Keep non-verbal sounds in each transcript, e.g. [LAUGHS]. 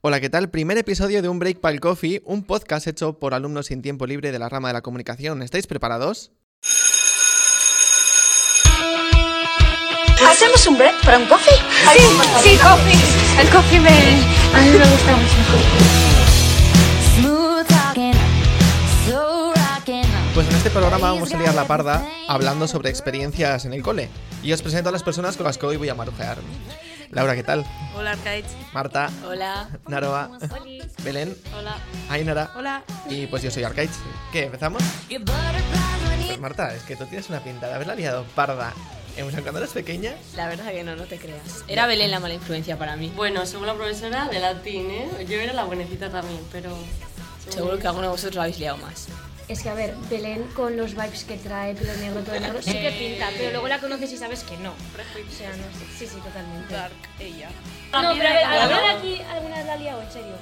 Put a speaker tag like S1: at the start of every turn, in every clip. S1: Hola, ¿qué tal? Primer episodio de Un Break para el Coffee, un podcast hecho por alumnos sin tiempo libre de la rama de la comunicación. ¿Estáis preparados?
S2: ¿Hacemos un break para un coffee?
S3: Sí, sí, coffee. El coffee me... A mí me gusta mucho.
S4: Smooth talking, so rocking.
S1: Pues en este programa vamos a liar la parda hablando sobre experiencias en el cole. Y os presento a las personas con las que hoy voy a marujear. Laura, ¿qué tal?
S5: Hola Arcaich.
S1: Marta,
S5: Hola.
S1: Naroa, Belén,
S5: Hola.
S1: Ainara.
S5: Hola.
S1: Y pues yo soy Arcaich. ¿Qué? ¿Empezamos?
S4: Your butterflies when you
S1: Pues Marta, es que tú tienes una pinta de haberla liado parda. En plan, cuando eras pequeña,
S5: La verdad que no, no te creas.
S6: Era Belén la mala influencia para mí.
S7: Bueno, según la profesora de latín, ¿eh? Yo era la buenecita también, pero...
S6: Seguro que alguno de vosotros la habéis liado más.
S3: Es que, a ver, Belén con los vibes que trae, pelo negro, todo negro, sí que pinta, pero luego la conoces y sabes que no. O sea, no sé. Sí, sí, totalmente.
S5: ella.
S3: No, pero a ver, ¿alguna de aquí alguna la ha liado, en serio?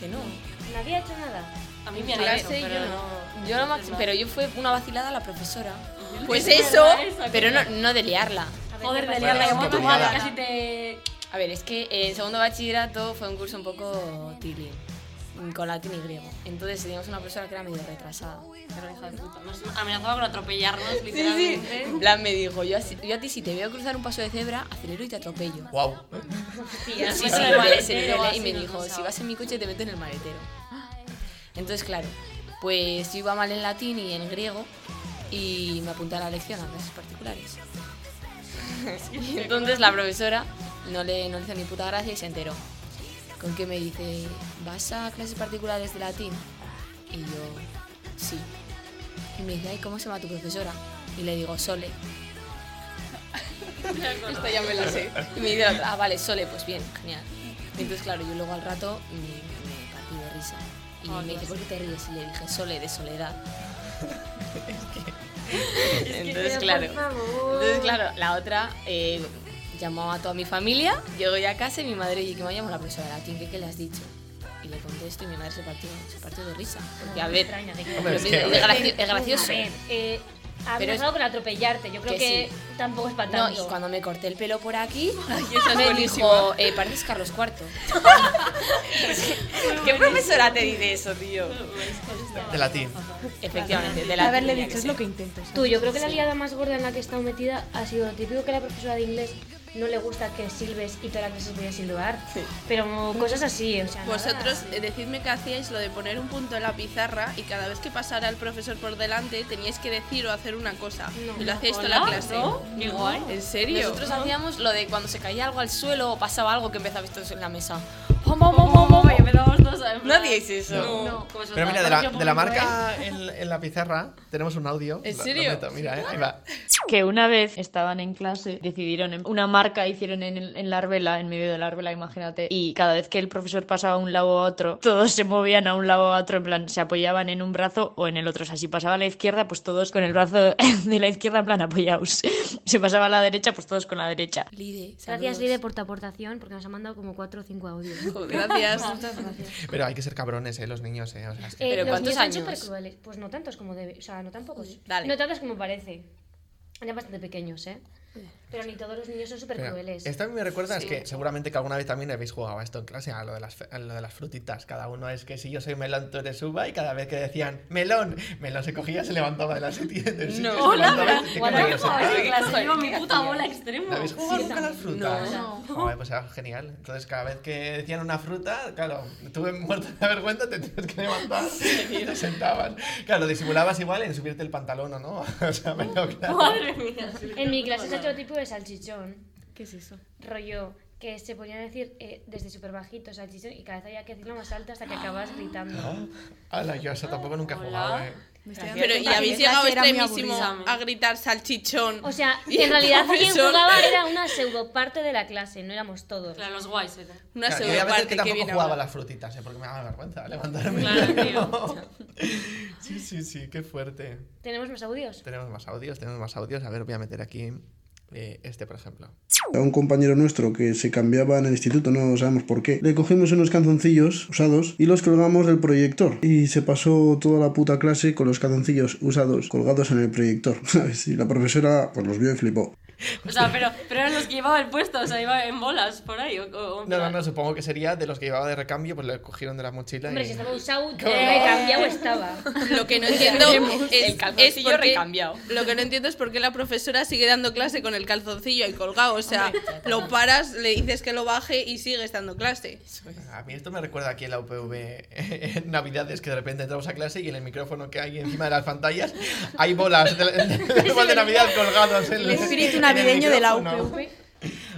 S6: Que no.
S3: ¿Nadie ha hecho nada?
S7: A mí me han hecho, pero no...
S6: Yo la máxima- pero yo fue una vacilada a la profesora. Pues
S7: Es
S6: eso,
S7: verdad, eso, que
S6: pero no, no de liarla.
S3: A ver,
S7: Joder,
S3: ¿qué
S7: de
S3: pasa?
S7: liarla
S1: Bueno,
S7: como
S1: es que
S7: tu
S1: te
S7: madre,
S1: liaba.
S7: casi te...
S6: A ver, es que en segundo de bachillerato fue un curso un poco tili, con latín y griego. Entonces teníamos una profesora que era medio retrasada.
S7: Pero hija de puta, nos amenazaba con atropellarnos, literalmente.
S6: En plan me dijo, yo, así- yo a ti si te veo cruzar un paso de cebra, acelero y te atropello.
S1: wow.
S6: Sí, sí,
S7: Bueno,
S6: igual
S7: el
S6: ese
S7: maletero,
S6: nivel, ¿eh?
S7: así
S6: Y me
S7: nos
S6: dijo,
S7: pasaba.
S6: si vas en mi coche te meto en el maletero. Entonces, claro, pues yo iba mal en latín y en griego y me apunté a la lección, a clases particulares. [LAUGHS] Y entonces la profesora no le, no le hizo ni puta gracia y se enteró. Con que me dice, ¿vas a clases particulares de latín? Y yo, sí. Y me dice, ay, ¿cómo se llama tu profesora? Y le digo, Sole. Esta ya me la sé. Y me dice, la otra, ah, vale, Sole, pues bien, genial. Y entonces, claro, yo luego al rato me, me partí de risa. Y me dice, ¿por qué te ríes? Y le dije, Sole, de soledad. [LAUGHS] entonces, claro. Entonces, claro, la otra eh, llamó a toda mi familia, llego ya a casa y mi madre, y que me ha llamado la profesora de latín, ¿qué, qué le has dicho? Y le contesto y mi madre se partió, se partió de risa. Porque, a ver,
S1: Hombre,
S6: es,
S1: es que, a ver.
S6: gracio- es gracioso.
S8: A ver, eh, ha
S6: Pero es-
S8: empezado con atropellarte. Yo creo
S6: que
S8: que,
S6: sí.
S8: tampoco es para
S6: No,
S8: tanto.
S6: y cuando me corté el pelo por [LAUGHS] aquí, me dijo, eh, pareces Carlos IV. [LAUGHS] ¿Qué profesora te dice eso, tío?
S1: De latín.
S6: Efectivamente, de la
S9: Haberle
S6: tenía
S9: dicho es
S6: ser.
S9: lo que intento.
S8: Tú, yo creo que la liada más gorda en la que he estado metida ha sido lo típico que a la profesora de inglés no le gusta que silbes y toda la clase voy a silbar. Pero cosas así, o sea. nada.
S10: Vosotros
S6: Ah.
S10: eh, decidme que hacíais lo de poner un punto en la pizarra y cada vez que pasara el profesor por delante teníais que decir o hacer una cosa. y lo hacíais toda la
S7: Hola,
S10: clase.
S7: ¿no? Qué guay.
S10: ¿En serio?
S6: Nosotros hacíamos lo de cuando se caía algo al suelo o pasaba algo que empezaba esto en la mesa. ¡Pom, pom, pom, pom, pom!
S7: Y empezamos todos a...
S6: No hacíais eso.
S7: No. Como si
S1: Pero
S7: nos
S1: mira, de la,
S7: tratáramos
S1: de la
S7: público, ¿eh?
S1: marca [LAUGHS] en, en la pizarra tenemos un audio.
S10: ¿En
S1: Lo- lo
S10: serio?
S1: meto, mira, eh, ahí va.
S11: que una vez estaban en clase, decidieron en- una marca, hicieron en, el- en la arbela, en medio de la arbela, imagínate, y cada vez que el profesor pasaba a un lado a otro, todos se movían a un lado a otro, en plan, se apoyaban en un brazo o en el otro. O sea, si pasaba a la izquierda, pues todos con el brazo [LAUGHS] de la izquierda, en plan, apoyaos. Si pasaba a la derecha, pues todos con la derecha.
S6: Lide,
S8: Gracias,
S6: saludos.
S8: Lide, por tu aportación, porque nos ha mandado como 4 o 5 audios.
S6: [LAUGHS]
S10: Gracias.
S1: Pero hay que ser cabrones, eh, los niños, eh. O sea, es que-
S8: Eh,
S6: ¿Pero
S8: los
S6: cuántos
S8: niños
S6: años?
S8: Son supercrueles. Pues no tantos como debe, o sea, no tampoco.
S6: Dale.
S8: No tantos como parece. Eran bastante pequeños, ¿eh? Pero ni todos los niños son súper
S1: Mira,
S8: crueles.
S1: Esto a mí me recuerda, es que seguramente que alguna vez también habéis jugado a esto en clase, a lo de las, fe- a lo de las frutitas. Cada uno es que si yo soy melón, tú eres uva, y cada vez que decían melón, melón se cogía, se levantaba de la silla. del sitio, se
S7: Hola,
S1: levantaba y se
S7: Guau,
S1: quedaba
S7: qué
S1: sentado.
S7: guay,
S6: Ay,
S7: clase,
S6: joder,
S7: llevo mi
S6: qué
S7: puta
S6: gracioso.
S7: bola extremo.
S1: ¿La habéis jugado nunca a las frutas?
S6: No.
S1: Joder, pues era genial. Entonces, cada vez que decían una fruta, claro, tuve muerto de vergüenza, te tenías que levantar y [LAUGHS] te sentabas. Claro, disimulabas igual en subirte el pantalón o no. [LAUGHS] O sea, me lo claro.
S7: [LAUGHS] Madre mía.
S8: En mi clase se ha hecho tipo de salchichón.
S9: ¿Qué es eso?
S8: rollo que se ponían a decir eh, desde súper bajito salchichón y cada vez había que decirlo más alto hasta que acabas gritando.
S1: Ala, yo eso tampoco nunca he
S7: Hola.
S1: jugado, eh.
S10: Pero y habéis llegado extremísimo
S7: aburrida.
S10: a gritar salchichón.
S8: O sea,
S10: Y
S8: que en
S10: el
S8: realidad quien
S10: profesor-
S8: jugaba era una pseudo parte de la clase, no éramos todos.
S7: Claro, los guays eran.
S10: Una
S1: Claro, yo
S10: segunda
S1: había veces
S10: parte
S1: que
S10: que
S1: tampoco
S10: viene
S1: jugaba a
S10: ahora.
S1: las frutitas, eh, porque me daba vergüenza levantarme.
S7: Claro, tío.
S1: [LAUGHS] sí, sí, sí, qué fuerte.
S8: ¿Tenemos más audios?
S1: Tenemos más audios, tenemos más audios. A ver, voy a meter aquí eh, este, por ejemplo.
S12: a un compañero nuestro que se cambiaba en el instituto, no sabemos por qué, le cogimos unos canzoncillos usados y los colgamos del proyector. Y se pasó toda la puta [LAUGHS] clase con los canzoncillos usados colgados en el proyector, ¿sabes? Y la profesora pues los vio y flipó.
S7: O sea, pero, pero eran los que llevaba el puesto, o sea, iba en bolas por ahí. O, o- o-
S1: No, no, no, supongo que sería de los que llevaba de recambio, pues le cogieron de la mochila.
S8: Hombre,
S1: y...
S8: si estaba usado,
S1: ¿Cómo
S8: eh,
S1: no?
S8: cambiado estaba.
S10: Lo que no entiendo
S9: [LAUGHS]
S10: es,
S6: [LAUGHS] El calzoncillo
S10: es por qué-
S6: recambiado.
S10: Lo que no entiendo es por qué la profesora sigue dando clase con el calzoncillo ahí colgado. O sea, lo paras, le dices que lo baje y sigues dando clase.
S1: pues, A mí esto me recuerda aquí en la UPV [LAUGHS] en Navidades que de repente entramos a clase y en el micrófono que hay encima de las pantallas hay bolas de, [LAUGHS] de- de- de Navidad colgadas. en
S11: El
S1: los- en
S11: espíritu
S1: el
S11: navideño de la
S1: micrófono.
S11: UPV.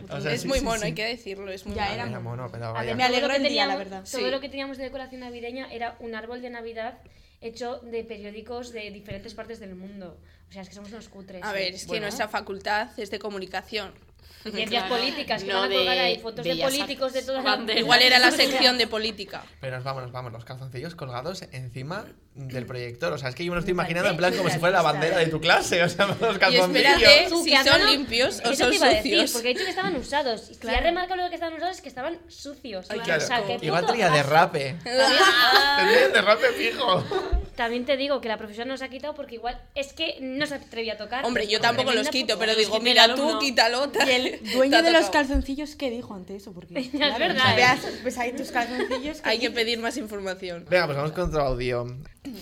S1: [LAUGHS] O sea,
S10: es
S1: sí,
S10: muy
S1: sí,
S10: mono,
S1: sí.
S10: hay que decirlo. Es muy
S11: Ya
S10: mono.
S11: era
S1: Era
S11: mono.
S1: mono, pero
S11: A
S1: vaya.
S11: mí me
S8: Todo
S11: alegró
S8: lo que
S11: el día, la
S8: teníamos-
S11: verdad.
S8: Todo lo que teníamos de decoración navideña era un árbol de Navidad hecho de periódicos de diferentes partes del mundo. O sea, es que somos unos cutres.
S10: A
S8: ¿eh?
S10: ver, es que nuestra facultad es de comunicación.
S8: Ciencias políticas, que
S6: no
S8: van a colgar
S6: de
S8: ahí fotos de
S6: bellas
S8: políticos de
S6: artes.
S8: todas [LAUGHS]
S6: Banderas.
S10: Igual era la sección de política.
S1: Pero nos vamos, nos vamos, los calzoncillos colgados encima del proyector. O sea, es que yo me lo estoy imaginando en plan como si fuera la bandera de tu clase. O sea, [LAUGHS] los
S10: Y
S1: calzoncillos.
S10: espérate
S8: Tú,
S10: si
S8: que
S10: son
S8: hablan-
S10: limpios o
S8: Eso
S10: son
S8: te iba a decir,
S10: sucios.
S8: porque he dicho que estaban usados. Y Si ha remarcado lo que estaban usados es que estaban sucios.
S1: Ay,
S8: O sea,
S1: claro.
S8: que
S1: Igual
S8: puto
S1: tenía derrape. Tenía derrape fijo.
S8: También te digo que la profesora nos ha quitado porque igual es que no se atrevía a tocar.
S10: Hombre, yo tampoco los
S8: Tremenda
S10: quito,
S8: puta-
S10: pero digo,
S7: quita el
S10: mira tú,
S7: alumno.
S10: quítalo. tal.
S11: Y el
S10: Te
S11: dueño
S10: ha
S11: de los
S10: tocado.
S11: calzoncillos, ¿qué dijo ante eso? Porque
S8: Es [LAUGHS]
S11: claro,
S8: verdad, ¿eh?
S11: veas, pues hay tus calzoncillos.
S10: Hay que pedir más información.
S1: Venga, pues vamos con otro audio.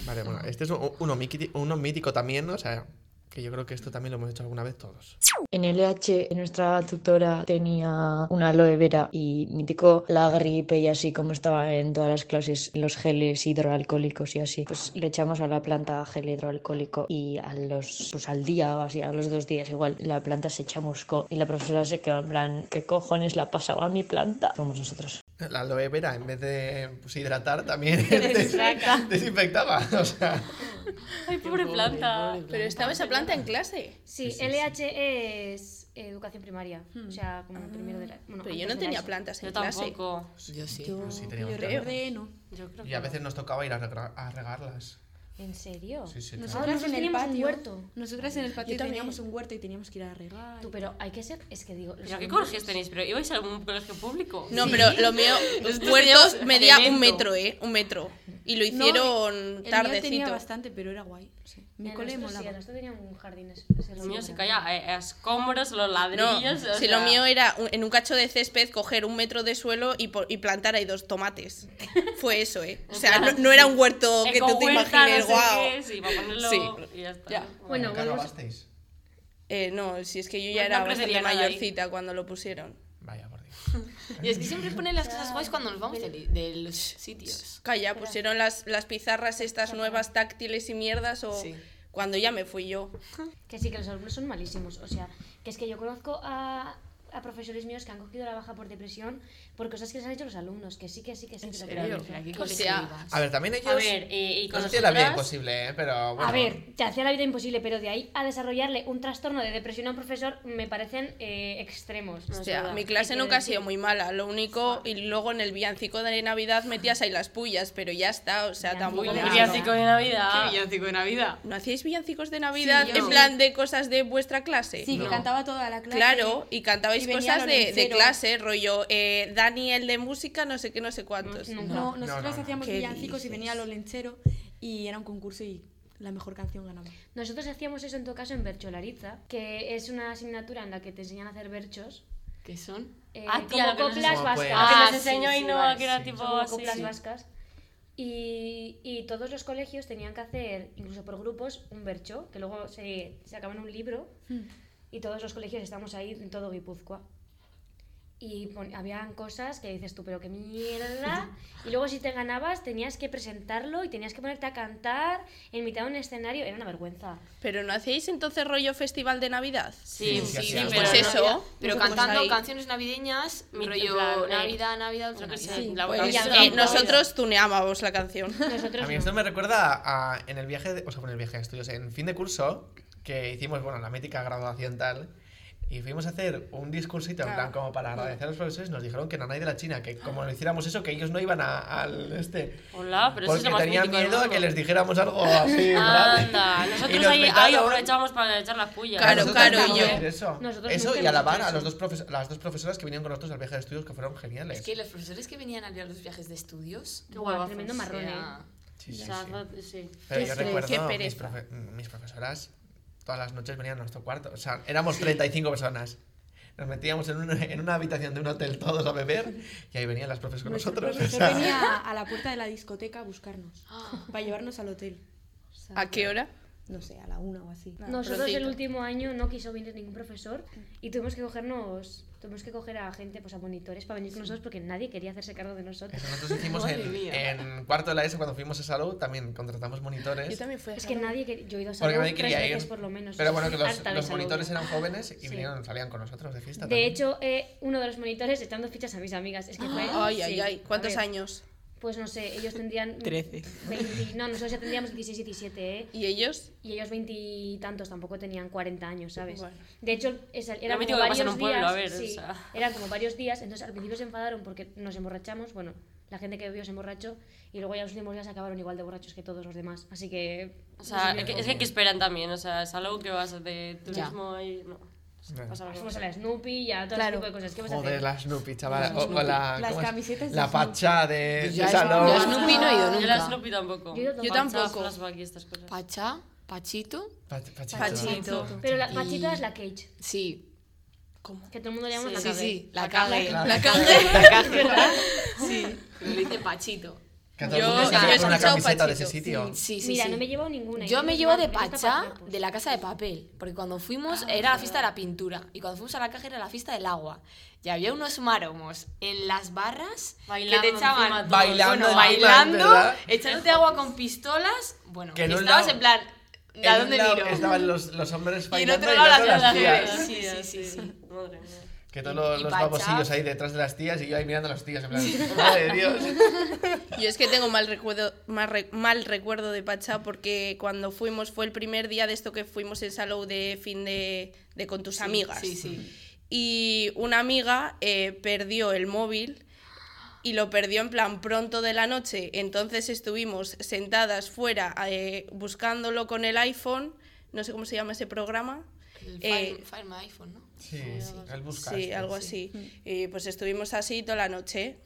S1: Vale, bueno, este es un- uno, míti- uno mítico también, ¿no? o sea, que yo creo que esto también lo hemos hecho alguna vez todos.
S13: En LH nuestra tutora tenía una aloe vera y mítico la gripe y así como estaba en todas las clases los geles hidroalcohólicos y así pues le echamos a la planta gel hidroalcohólico y a los pues al día o así a los dos días igual la planta se chamuscó y la profesora se quedó en plan ¿qué cojones la ha pasado a mi planta? Somos nosotros.
S1: La aloe vera, en vez de pues, hidratar, también [LAUGHS] des- desinfectaba. O sea,
S7: Ay, pobre planta.
S10: Pero estaba esa planta en clase.
S8: Sí, LH es educación primaria. O sea, como primero de la. bueno,
S10: Pero yo no
S8: antes de la
S10: tenía
S8: ESO.
S10: plantas en
S7: Yo
S10: clase.
S7: tampoco.
S6: Yo sí.
S1: pues sí, teníamos
S11: yo
S1: claro.
S11: recuerde, no.
S7: Yo creo
S1: Y a veces nos tocaba ir a, regra- a regarlas.
S8: ¿En serio?
S1: Sí, sí, claro.
S11: Nosotras
S8: Nosotras
S11: en el
S8: teníamos un
S11: patio.
S8: huerto.
S11: Nosotras en el patio
S10: también.
S11: teníamos un huerto y teníamos que ir a regar.
S8: Tú, pero hay que ser. Es que digo. los
S7: ¿Pero qué
S8: alumnos-
S7: colegios tenéis? ¿Pero ibais a algún colegio público?
S10: No, pero lo mío, los puertos medía un metro, ¿eh? Un metro. Y lo
S11: No,
S10: hicieron
S11: el mío tenía
S10: tardecito.
S11: bastante, pero era guay. no sé. Mi
S8: En
S11: cole
S8: nuestro sí,
S11: molaba.
S8: en nuestro tenían un jardín. es- es el
S7: Lo mío
S8: mismo.
S7: se caía a, a escombros, los
S10: No,
S7: ladrillos. o
S10: si
S7: sea,
S10: lo mío era un- en un cacho de césped coger un metro de suelo y, po- y plantar ahí dos tomates. Fue eso, ¿eh? O sea, no, no era un huerto que tú te
S7: ecohuerta,
S10: imagines,
S7: no sé
S10: guau.
S7: qué, sí, para ponerlo
S10: Sí.
S7: y ya está.
S10: Ya.
S8: Bueno,
S1: ¿Nunca
S8: volvemos-
S1: robasteis?
S10: Eh, no, si es que yo
S7: No-
S10: ya era
S7: no
S10: bastante
S7: crecería nada ahí.
S10: mayorcita cuando lo pusieron.
S1: Vaya, por Dios.
S6: Y es que siempre ponen las cosas guays cuando nos vamos de, li- de los sitios.
S10: Calla, pusieron las, las pizarras estas nuevas táctiles y mierdas o
S6: Sí.
S10: cuando ya me fui yo.
S8: Que sí, que los alumnos son malísimos. O sea, que es que yo conozco a, a profesores míos que han cogido la baja por depresión por cosas que les han hecho los alumnos. Que sí, que sí, que sí. que lo
S6: Pero,
S8: creo.
S6: ¿a qué
S10: O
S6: colegio
S10: sea,
S6: ibas?
S1: A ver, también ellos...
S7: A ver, eh, y con
S1: Nos hacían la vida
S7: nosotras-
S1: imposible, ¿eh? Pero bueno.
S8: A ver, te hacía la vida imposible, pero de ahí a desarrollarle un trastorno de depresión a un profesor me parecen eh, extremos.
S10: O sea, mi clase nunca ha sido muy mala, lo único, y luego en el villancico de Navidad metías ahí las pullas, pero ya está, o sea,
S8: Villancico
S10: tampoco...
S8: de
S10: me
S8: Navidad.
S10: pasaba.
S7: Villancico de Navidad.
S6: ¿Qué villancico de Navidad?
S10: ¿No hacíais villancicos de Navidad
S11: Sí, yo
S10: en
S11: sí.
S10: plan de cosas de vuestra clase?
S11: Sí, que cantaba toda la clase.
S10: Claro, y cantabais
S11: Y venía
S10: cosas de, de
S11: Lorencero.
S10: clase, rollo eh, Daniel de música, no sé qué, no sé cuántos.
S8: No,
S11: No,
S1: No,
S11: nosotras
S1: no, no.
S11: hacíamos
S10: ¿Qué
S11: villancicos y
S10: dices?
S11: venía los lencheros y era un concurso y la mejor canción ganaba.
S8: Nosotros hacíamos eso en todo caso en Bercholariza, que es una asignatura en la que te enseñan a hacer versos.
S6: ¿Qué son?
S8: eh,
S7: Ah, tía, lo que
S8: como
S7: nos
S8: coplas
S1: enseñó-
S8: vascas.
S7: Ah,
S1: Ah,
S7: que nos
S6: sí,
S7: enseñó
S6: sí,
S7: y no,
S6: vale,
S7: que era
S6: sí.
S7: tipo
S8: como
S7: así.
S8: coplas vascas. Y, y todos los colegios tenían que hacer, incluso por grupos, un bercho, que luego se sacaba en un libro. Y todos los colegios estábamos ahí, en todo Guipúzcoa. Y pon- habían cosas que dices tú, pero qué mierda. Y luego si te ganabas tenías que presentarlo y tenías que ponerte a cantar en mitad de un escenario. Era una vergüenza.
S10: Pero ¿no hacíais entonces rollo festival de Navidad?
S7: Sí,
S1: Sí, sí,
S7: sí,
S1: sí,
S7: sí,
S1: hacíamos
S7: pero no
S1: cosas.
S10: Pues
S7: había-
S10: eso,
S6: Pero
S10: nosotros
S6: cantando
S10: ahí.
S6: canciones navideñas,
S7: Mi-
S6: rollo
S7: plan, eh,
S6: Navidad, Navidad, otra
S7: Navidad.
S6: cosa.
S11: Sí,
S6: la
S10: Pues,
S6: la-
S8: ya,
S10: eh,
S8: ya,
S10: nosotros tuneábamos la canción.
S8: Nosotros
S1: A mí
S8: no.
S1: esto me recuerda a, a- en el viaje, de- o sea, en el viaje de estudios, en fin de curso, que hicimos, bueno, la mítica graduación tal, y fuimos a hacer un discursito, en
S7: Ah.
S1: plan, como para agradecer a los profesores, nos dijeron que Nanay de la China, que como no hiciéramos eso, que ellos no iban a- al este,
S7: Hola, Ah, pero eso es
S1: porque
S7: lo más
S1: tenían
S7: mítico del
S1: miedo a que
S7: mundo.
S1: les dijéramos algo así,
S7: Anda,
S1: ¿verdad? Y
S7: nosotros
S1: nos
S7: ahí, ahí
S1: vetaron.
S7: aprovechábamos para echar las pullas.
S10: Claro,
S1: Nosotros
S10: claro,
S1: vamos
S10: y
S1: a
S10: yo-
S1: hacer Eso,
S8: Nosotros
S1: eso
S8: nunca
S1: y alabar
S8: hemos
S1: a los dos profes- las dos profesoras que vinieron con nosotros al viaje de estudios, que fueron geniales.
S6: Es que los profesores que venían a leer los viajes de estudios.
S8: Buah, tremendo marrón,
S6: sea,
S1: Sí,
S7: ¿eh? O
S1: sí,
S7: sea,
S1: sí.
S7: no- sí.
S1: Pero
S10: Qué
S1: yo
S10: fre-
S1: recuerdo
S10: qué
S1: mis,
S10: pereza.
S1: profe- mis profesoras todas las noches venían a nuestro cuarto. O sea, éramos 35 personas. Nos metíamos en una, en una habitación de un hotel todos a beber y ahí venían las profes con
S11: Nuestro
S1: nosotros. o
S11: profesor
S1: sea.
S11: venía a la puerta de la discoteca a buscarnos, para llevarnos al hotel.
S10: ¿A qué hora?
S11: No sé, a la una o así.
S10: Ah,
S8: Nosotros el último año no quiso venir ningún profesor y tuvimos que cogernos, tuvimos que coger a gente, pues a monitores para venir con nosotros porque nadie quería hacerse cargo de nosotros.
S1: Nosotros hicimos en, en cuarto de la ESO, cuando fuimos a salud, también contratamos monitores.
S10: también fui
S8: Es que nadie quería, yo he ido a
S1: Porque
S8: Salou
S1: nadie
S8: tres
S1: quería
S8: veces
S1: ir.
S8: por lo menos.
S1: Pero bueno, que los,
S8: Harta de
S1: los
S8: Salou.
S1: monitores eran jóvenes y
S8: Sí.
S1: vinieron, salían con nosotros de fiesta.
S8: De
S1: también.
S8: hecho, eh, uno de los monitores echando fichas a mis amigas. Es que fue,
S10: [GASPS] Ay,
S8: sí,
S10: ay, ay.
S8: a
S10: ¿Cuántos
S8: ver,
S10: años?
S8: Pues no sé, ellos
S1: [LAUGHS]
S8: tendrían...
S7: 13.
S8: 20 no, nosotros ya tendríamos 16, 17, ¿eh?
S10: ¿Y ellos?
S8: Y ellos veintitantos tampoco tenían 40 años, ¿sabes?
S10: Bueno.
S8: De hecho, es-
S7: Lo
S8: eran como
S7: mítico que pasa en
S8: varios
S7: un pueblo,
S8: días.
S7: a ver, o
S8: sí,
S7: sea.
S8: Eran como varios días, entonces al principio se enfadaron porque nos emborrachamos, bueno, la gente que bebió se emborrachó y luego ya los últimos días acabaron igual de borrachos que todos los demás. Así que.
S7: O sea, es que, es que aquí esperan también, o sea, es algo que vas de turismo y no.
S1: Bueno.
S7: Pasa algo.
S8: Fuimos a la Snoopy y a todo
S11: Claro.
S8: ese tipo de cosas. ¿Qué vas a
S1: Joder,
S8: hacer?
S1: la Snoopy, chaval. O, o la,
S11: Las
S1: ¿cómo es?
S11: camisetas de
S1: La
S11: Snoopy.
S1: pachá de,
S2: Ya
S1: de
S2: es-
S1: salón.
S2: ya Snoopy no he ido
S7: Yo la
S2: nunca.
S7: Snoopy tampoco.
S8: Yo tampoco.
S10: tampoco.
S7: Pacha, aquí, estas
S6: [LAUGHS]
S7: cosas.
S2: Pachá, Pachito.
S1: Pach- Pachito.
S10: Pachito.
S8: Pero la
S2: Y-
S8: pachita es la Cage,
S2: Sí,
S8: que todo el mundo le llama
S7: Sí,
S8: la
S2: sí,
S8: Cage.
S2: sí, la cague.
S1: La-
S10: La cagué.
S2: Le dice Pachito.
S1: Que todo el
S10: Yo-
S1: mundo se
S10: yo
S1: lleva
S10: he
S1: con una
S10: escuchado
S1: camiseta de ese
S10: Pachito,
S1: sitio.
S2: Sí, sí,
S8: Mira,
S2: sí.
S8: no me he llevado ninguna. ¿eh?
S2: Yo
S8: no
S2: me
S8: sé
S2: llevo
S8: nada,
S2: de
S8: porque está
S2: Pachá
S8: para
S2: de la casa de papel, porque cuando fuimos era la fiesta de la pintura y cuando fuimos a la caja era la fiesta del agua. Y había unos maromos en las barras
S7: Bailando
S2: que te
S7: encima
S2: echaban
S7: todos.
S1: Bailando
S2: bueno,
S1: encima,
S2: bailando,
S1: ¿verdad?
S2: echándote agua con pistolas, bueno,
S1: Que en
S2: que
S1: un
S2: estabas
S1: lado-
S2: en plan,
S1: En
S2: ¿a
S1: un
S2: dónde
S1: lado
S2: miro?
S1: Estaban los, los hombres
S2: Y en
S1: bailando
S2: otro lado
S1: y
S2: las,
S1: en otro
S2: las
S1: tías.
S2: tías.
S7: Sí,
S2: Sí, sí, sí.
S7: Madre mía.
S1: Que todos los,
S2: y
S1: los
S2: pachá.
S1: babosillos ahí detrás de las tías y yo ahí mirando a las tías en plan, madre de Dios.
S10: Yo es que tengo mal recuerdo, mal, re- mal recuerdo de Pachá porque cuando fuimos fue el primer día de esto que fuimos en Salou de fin de, de con tus amigas.
S2: Sí, sí.
S10: Y una amiga eh, perdió el móvil y lo perdió en plan pronto de la noche. Entonces estuvimos sentadas fuera eh, buscándolo con el iPhone. No sé cómo se llama ese programa.
S2: El
S10: Eh,
S2: Find- Find My iPhone, ¿no?
S1: Sí, este, el buscas.
S10: sí, algo así. Y pues estuvimos así toda la noche.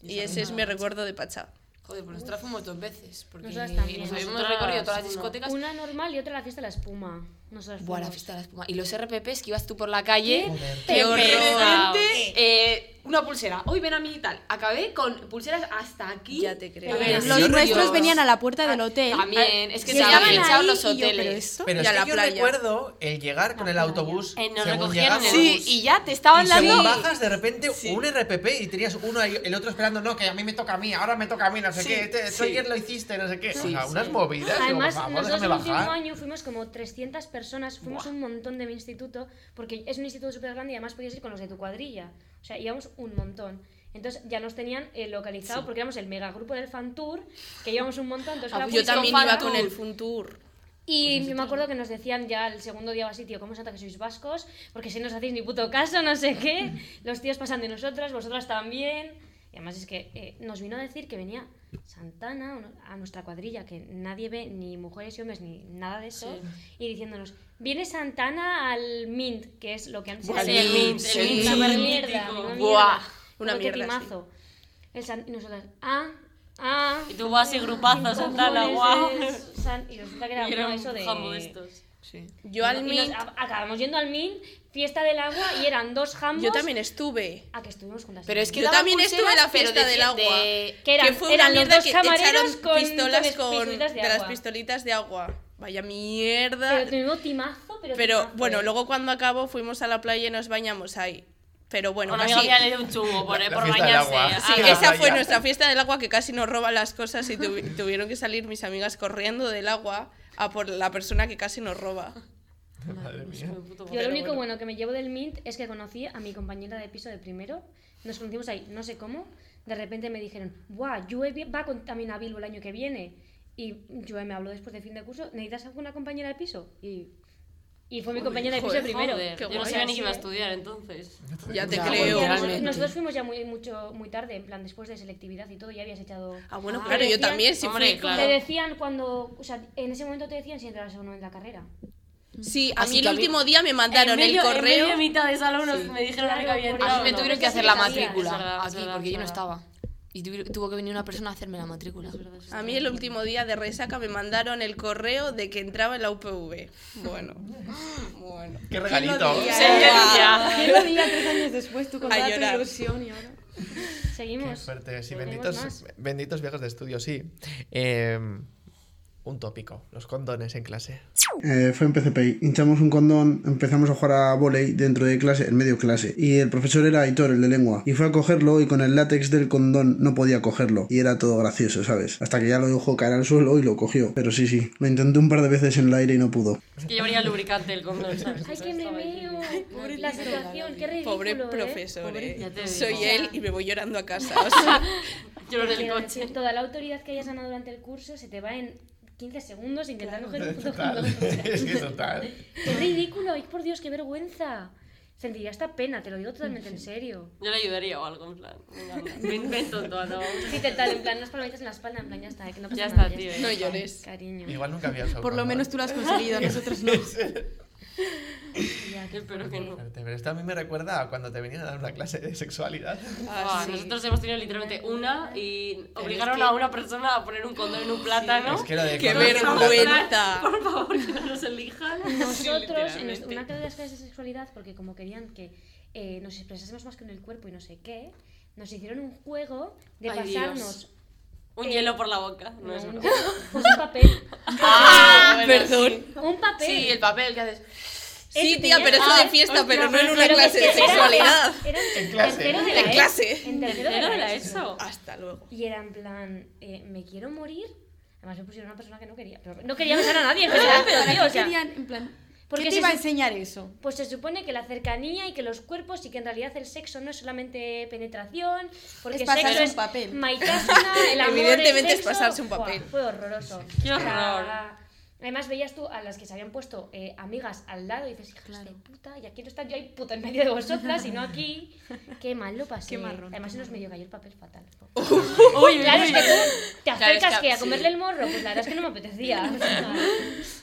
S10: Y ese es mi recuerdo de Pachá.
S2: Joder, pues nosotras fuimos dos veces, porque nos
S8: Nosotras también.
S2: habíamos
S7: Nosotras
S2: recorrido todas las
S7: una.
S2: discotecas.
S8: Una normal y otra la fiesta de la espuma. Nosotras
S2: Buah, la
S8: fuimos.
S2: fiesta de la espuma. Y los RPPs que ibas tú por la calle.
S1: Joder.
S2: ¡Qué
S10: horror!
S2: Eh, una pulsera. Hoy ven a mi y tal. Acabé con pulseras hasta aquí.
S10: Ya te creo.
S2: A ver,
S11: Los
S2: sí,
S11: nuestros
S2: Dios.
S11: venían a la puerta del hotel.
S2: También. Es que
S11: Y
S2: se habían
S11: estaban
S2: pinchado
S11: ahí
S2: los
S11: y yo,
S2: hoteles.
S11: ¿pero esto?
S1: Pero
S10: Y
S1: es
S10: a
S1: que
S10: la
S1: yo
S10: playa.
S1: recuerdo el llegar con el autobús.
S7: Eh, nos
S1: según
S7: recogieron en el
S1: llegabas,
S2: Sí, y ya te estaban
S1: Y
S2: dando.
S1: según bajas, de repente un RPP y tenías uno ahí, el otro esperando, no, que a mí me toca a mí, ahora me toca a mí, no sé
S2: Sí,
S1: qué, este- esto
S2: sí.
S1: ayer lo hiciste, no sé qué. o
S2: Sí,
S1: sea,
S2: sí.
S1: unas movidas, digo, por
S8: Además,
S1: favor,
S8: nosotros
S1: déjame
S8: el último
S1: bajar.
S8: año fuimos como 300 personas, fuimos un montón de mi instituto, porque es un instituto súper grande y además podías ir con los de tu cuadrilla. O sea, íbamos un montón. Entonces ya nos tenían eh, localizado porque éramos el megagrupo del Fan Tour, que íbamos un montón. Entonces,
S2: Ah,
S8: claro,
S2: pues
S10: Yo
S8: fuimos
S10: también
S2: con
S10: iba
S2: Fantour.
S10: con el Funtur.
S8: Y
S2: Pues
S8: yo me acuerdo que nos decían ya el segundo día o así, tío, ¿cómo se nota que sois vascos? Porque si no os hacéis ni puto caso, no sé
S2: [LAUGHS]
S8: qué. Los tíos pasan de nosotras, vosotras también. Y además es que eh, nos vino a decir que venía Santana o no- a nuestra cuadrilla, que nadie ve ni mujeres y hombres ni nada de eso. Y diciéndonos, viene Santana al Mint, que es lo que antes
S2: Buah,
S8: era
S2: sí, el Mint,
S8: la
S2: el Mint.
S8: super mierda.
S7: Típico.
S8: Una mierda.
S10: Buah, una
S8: Bueno, qué
S10: mierda, sí.
S8: timazo. El San- y nosotras, ah, ah.
S7: Y tú vas y grupazos, Santana, guau.
S8: Cojones
S7: [LAUGHS]
S8: es San- Y resulta que era
S7: Y era
S8: uno
S7: un
S8: eh. eso de...
S7: jambo de estos.
S2: Sí.
S10: Yo al
S8: Y nos
S10: Mint,
S8: a- acabamos yendo al Min, fiesta del agua, y eran dos jambos.
S10: yo también estuve.
S8: A que estuvimos juntas.
S2: Pero es que
S10: Yo
S2: daban
S10: también estuve en
S2: pulseras,
S10: la
S2: pero
S10: fiesta
S2: de-
S10: del
S2: de-
S10: agua.
S8: que eran,
S10: que fue
S8: eran
S10: una
S8: los
S10: mierda
S8: dos
S10: que
S8: camareros
S10: echaron
S8: con
S10: pistolas
S8: con
S10: con
S8: pistolitas de,
S10: de las
S8: agua.
S10: pistolitas de agua. Vaya mierda.
S8: Pero tuvimos timazo, pero.
S10: Pero
S8: timazo,
S10: bueno,
S8: eh.
S10: luego cuando acabó fuimos a la playa y nos bañamos ahí. Pero bueno,
S7: Una
S10: casi-
S7: amiga mía le dio un chungo por,
S1: La- la
S7: por
S1: fiesta del
S7: bañarse.
S1: agua.
S7: Ah,
S1: Sí,
S7: que-
S10: Esa
S1: Vaya.
S10: fue nuestra fiesta del agua que casi nos roba las cosas y tuvi- [LAUGHS] tuvieron que salir mis amigas corriendo del agua a por la persona que casi nos roba.
S1: Madre mía.
S8: Yo lo único bueno que me llevo del Mint es que conocí a mi compañera de piso de primero. Nos conocimos ahí, no sé cómo. De repente me dijeron, ¡guau! Yue vi- va con, también a Bilbo el año que viene. Y Yue me habló después de fin de curso, ¿necesitas alguna compañera de piso? Y, y fue mi compañera de piso
S10: joder,
S8: de primero.
S7: Joder,
S10: Qué
S7: yo no
S10: guay.
S7: sabía ni que iba a
S8: Sí, eh.
S7: estudiar entonces.
S10: Ya te
S2: Ya,
S10: creo.
S2: bueno,
S8: Ya,
S2: Realmente.
S8: Ah, Nosotros fuimos ya muy, mucho, muy tarde, en plan después de selectividad y todo, ya habías echado.
S10: Ah, bueno,
S8: Ah,
S10: claro, yo
S8: decían-
S10: también sí
S7: Hombre,
S10: fui.
S7: claro.
S8: Te decían cuando. O sea, en ese momento te decían si entras o no en la carrera.
S10: Sí, a
S2: Así
S10: mí el
S2: que a mí-
S10: último día me mandaron
S7: en medio,
S10: el correo.
S7: En medio de mitad de salón nos- me dijeron
S8: Claro,
S7: que había
S8: por
S2: A
S7: entrado.
S2: mí me
S8: no,
S2: tuvieron
S8: no
S2: que
S8: sé
S2: hacer
S8: si
S2: la
S8: sabías.
S2: matrícula
S7: Es verdad, es
S2: aquí
S7: verdad,
S2: porque
S7: es
S2: yo no
S7: verdad.
S2: estaba. Y tu- tuvo que venir una persona a hacerme la matrícula.
S10: A mí el último día de resaca me mandaron el correo de que entraba en la UPV. Bueno, bueno.
S1: ¡Qué regalito!
S7: [LAUGHS]
S11: ¿Quién lo diría tres años después tú con
S10: A
S11: toda tu
S10: llorar.
S11: ilusión y ahora?
S1: Qué
S8: Seguimos.
S1: fuerte, sí,
S8: ¿Tenemos
S1: benditos, [LAUGHS]
S8: más?
S1: benditos viajes de estudio, sí. Eh, un tópico, los condones en
S8: [LAUGHS]
S1: clase.
S12: Eh, fue en PCPI. Hinchamos un condón, empezamos a jugar a volei dentro de clase, en medio clase. Y el profesor era Aitor, el de lengua. Y fue a cogerlo y con el látex del condón no podía cogerlo. Y era todo gracioso, ¿sabes? Hasta que ya lo dejó caer al suelo y lo cogió. Pero sí, sí, lo intentó un par de veces en el aire y no pudo.
S7: Es que llevaría lubricante el condón, ¿sabes?
S8: Ay, qué memeo.
S7: Pobre
S8: La
S7: tío.
S8: situación, qué ridículo.
S10: Pobre
S8: ¿eh?
S10: profesor, eh.
S7: Ya te digo.
S10: Soy
S7: Ya.
S10: él y me voy llorando a casa. o sea,
S7: Lloro en el
S8: Quiero
S7: coche.
S8: decir, toda la autoridad que hayas ganado durante el curso se te va en 15 segundos intentando coger un puto
S1: Total.
S8: condón. O sea,
S1: [LAUGHS] Es que total.
S8: Qué ridículo. Ay, por Dios, qué vergüenza. Sentiría esta pena, te lo digo totalmente en serio.
S7: Yo le ayudaría o algo, en plan. Venga, anda, ven, ven tonto, anda, vamos.
S8: Sí, te tal, en plan, unas palomitas en la espalda, en plan, ya está, eh, que no pasa
S7: Ya
S8: nada,
S7: está, tío, ya
S10: no llores.
S8: Cariño.
S1: Igual nunca había usado
S11: Por lo
S1: condón.
S11: menos tú lo has conseguido, nosotros no.
S8: Ya, qué
S7: Espero que
S8: fuerte.
S7: no.
S1: Pero esto a mí me recuerda a cuando te venían a dar una clase de sexualidad.
S10: Ah,
S7: Ah,
S10: sí.
S7: Nosotros hemos tenido literalmente una y
S10: es
S7: obligaron
S10: que-
S7: a una persona a poner un condón en un plátano.
S1: Es que era de
S10: ¡Qué
S1: condón en plátano.
S10: vergüenza!
S7: Por favor, que no nos elijan.
S8: [LAUGHS] Nosotros, en nuestra-
S7: Literalmente.
S8: una clase de las clases de sexualidad, porque como querían que eh, nos expresásemos más con el cuerpo y no sé qué, nos hicieron un juego de
S7: Ay, Dios.
S8: pasarnos
S7: Un hielo por la boca. No, es
S8: [LAUGHS] un,
S7: broma.
S8: pues un papel.
S10: Ah, perdón.
S8: Un papel.
S6: Sí, el papel que haces.
S10: Sí,
S8: Ese
S10: tía,
S8: tenía-
S10: pero eso
S8: Ah,
S10: de fiesta,
S7: hostia,
S10: pero no en
S7: pero
S10: una
S8: Pero
S10: clase de
S8: es que era-
S10: sexualidad.
S8: Era,
S1: En clase.
S8: tercero de la
S10: En
S8: ESO.
S10: clase.
S8: En tercero
S7: ¿Pero
S8: de la ESO.
S7: eso?
S10: Hasta luego.
S8: Y era en plan, eh, me quiero morir. Además me pusieron a una persona que no quería. Pero no quería besar a nadie, en general, pero tío, o sea,
S11: querían, en plan, ¿qué
S8: Porque
S11: te
S8: se
S11: iba a
S8: su-
S11: enseñar eso?
S8: Pues se supone que la cercanía y que los cuerpos y que en realidad el sexo no es solamente penetración, porque
S11: Es pasarse
S8: sexo
S11: un
S8: es
S11: papel.
S8: maitasuna, el amor, el
S10: Evidentemente es
S8: sexo.
S10: pasarse un
S8: Buah,
S10: papel.
S8: fue horroroso.
S7: Qué
S8: O sea,
S7: horror.
S8: Además veías tú a las que se habían puesto eh, amigas al lado y dices, hijas de puta, ya quiero estar yo ahí puta en medio de vosotras y no aquí. Qué mal lo pasé.
S11: Qué marrón,
S8: Además
S11: qué
S8: se nos
S11: marrón.
S8: medio cayó el papel fatal.
S7: Uy,
S8: Claro, es
S7: uy,
S8: que
S7: uy.
S8: tú te
S6: Claro, es
S8: acercas
S6: que-
S8: que a
S6: sí.
S8: comerle el morro, pues la verdad es que no
S6: [LAUGHS]
S8: me apetecía. O sea,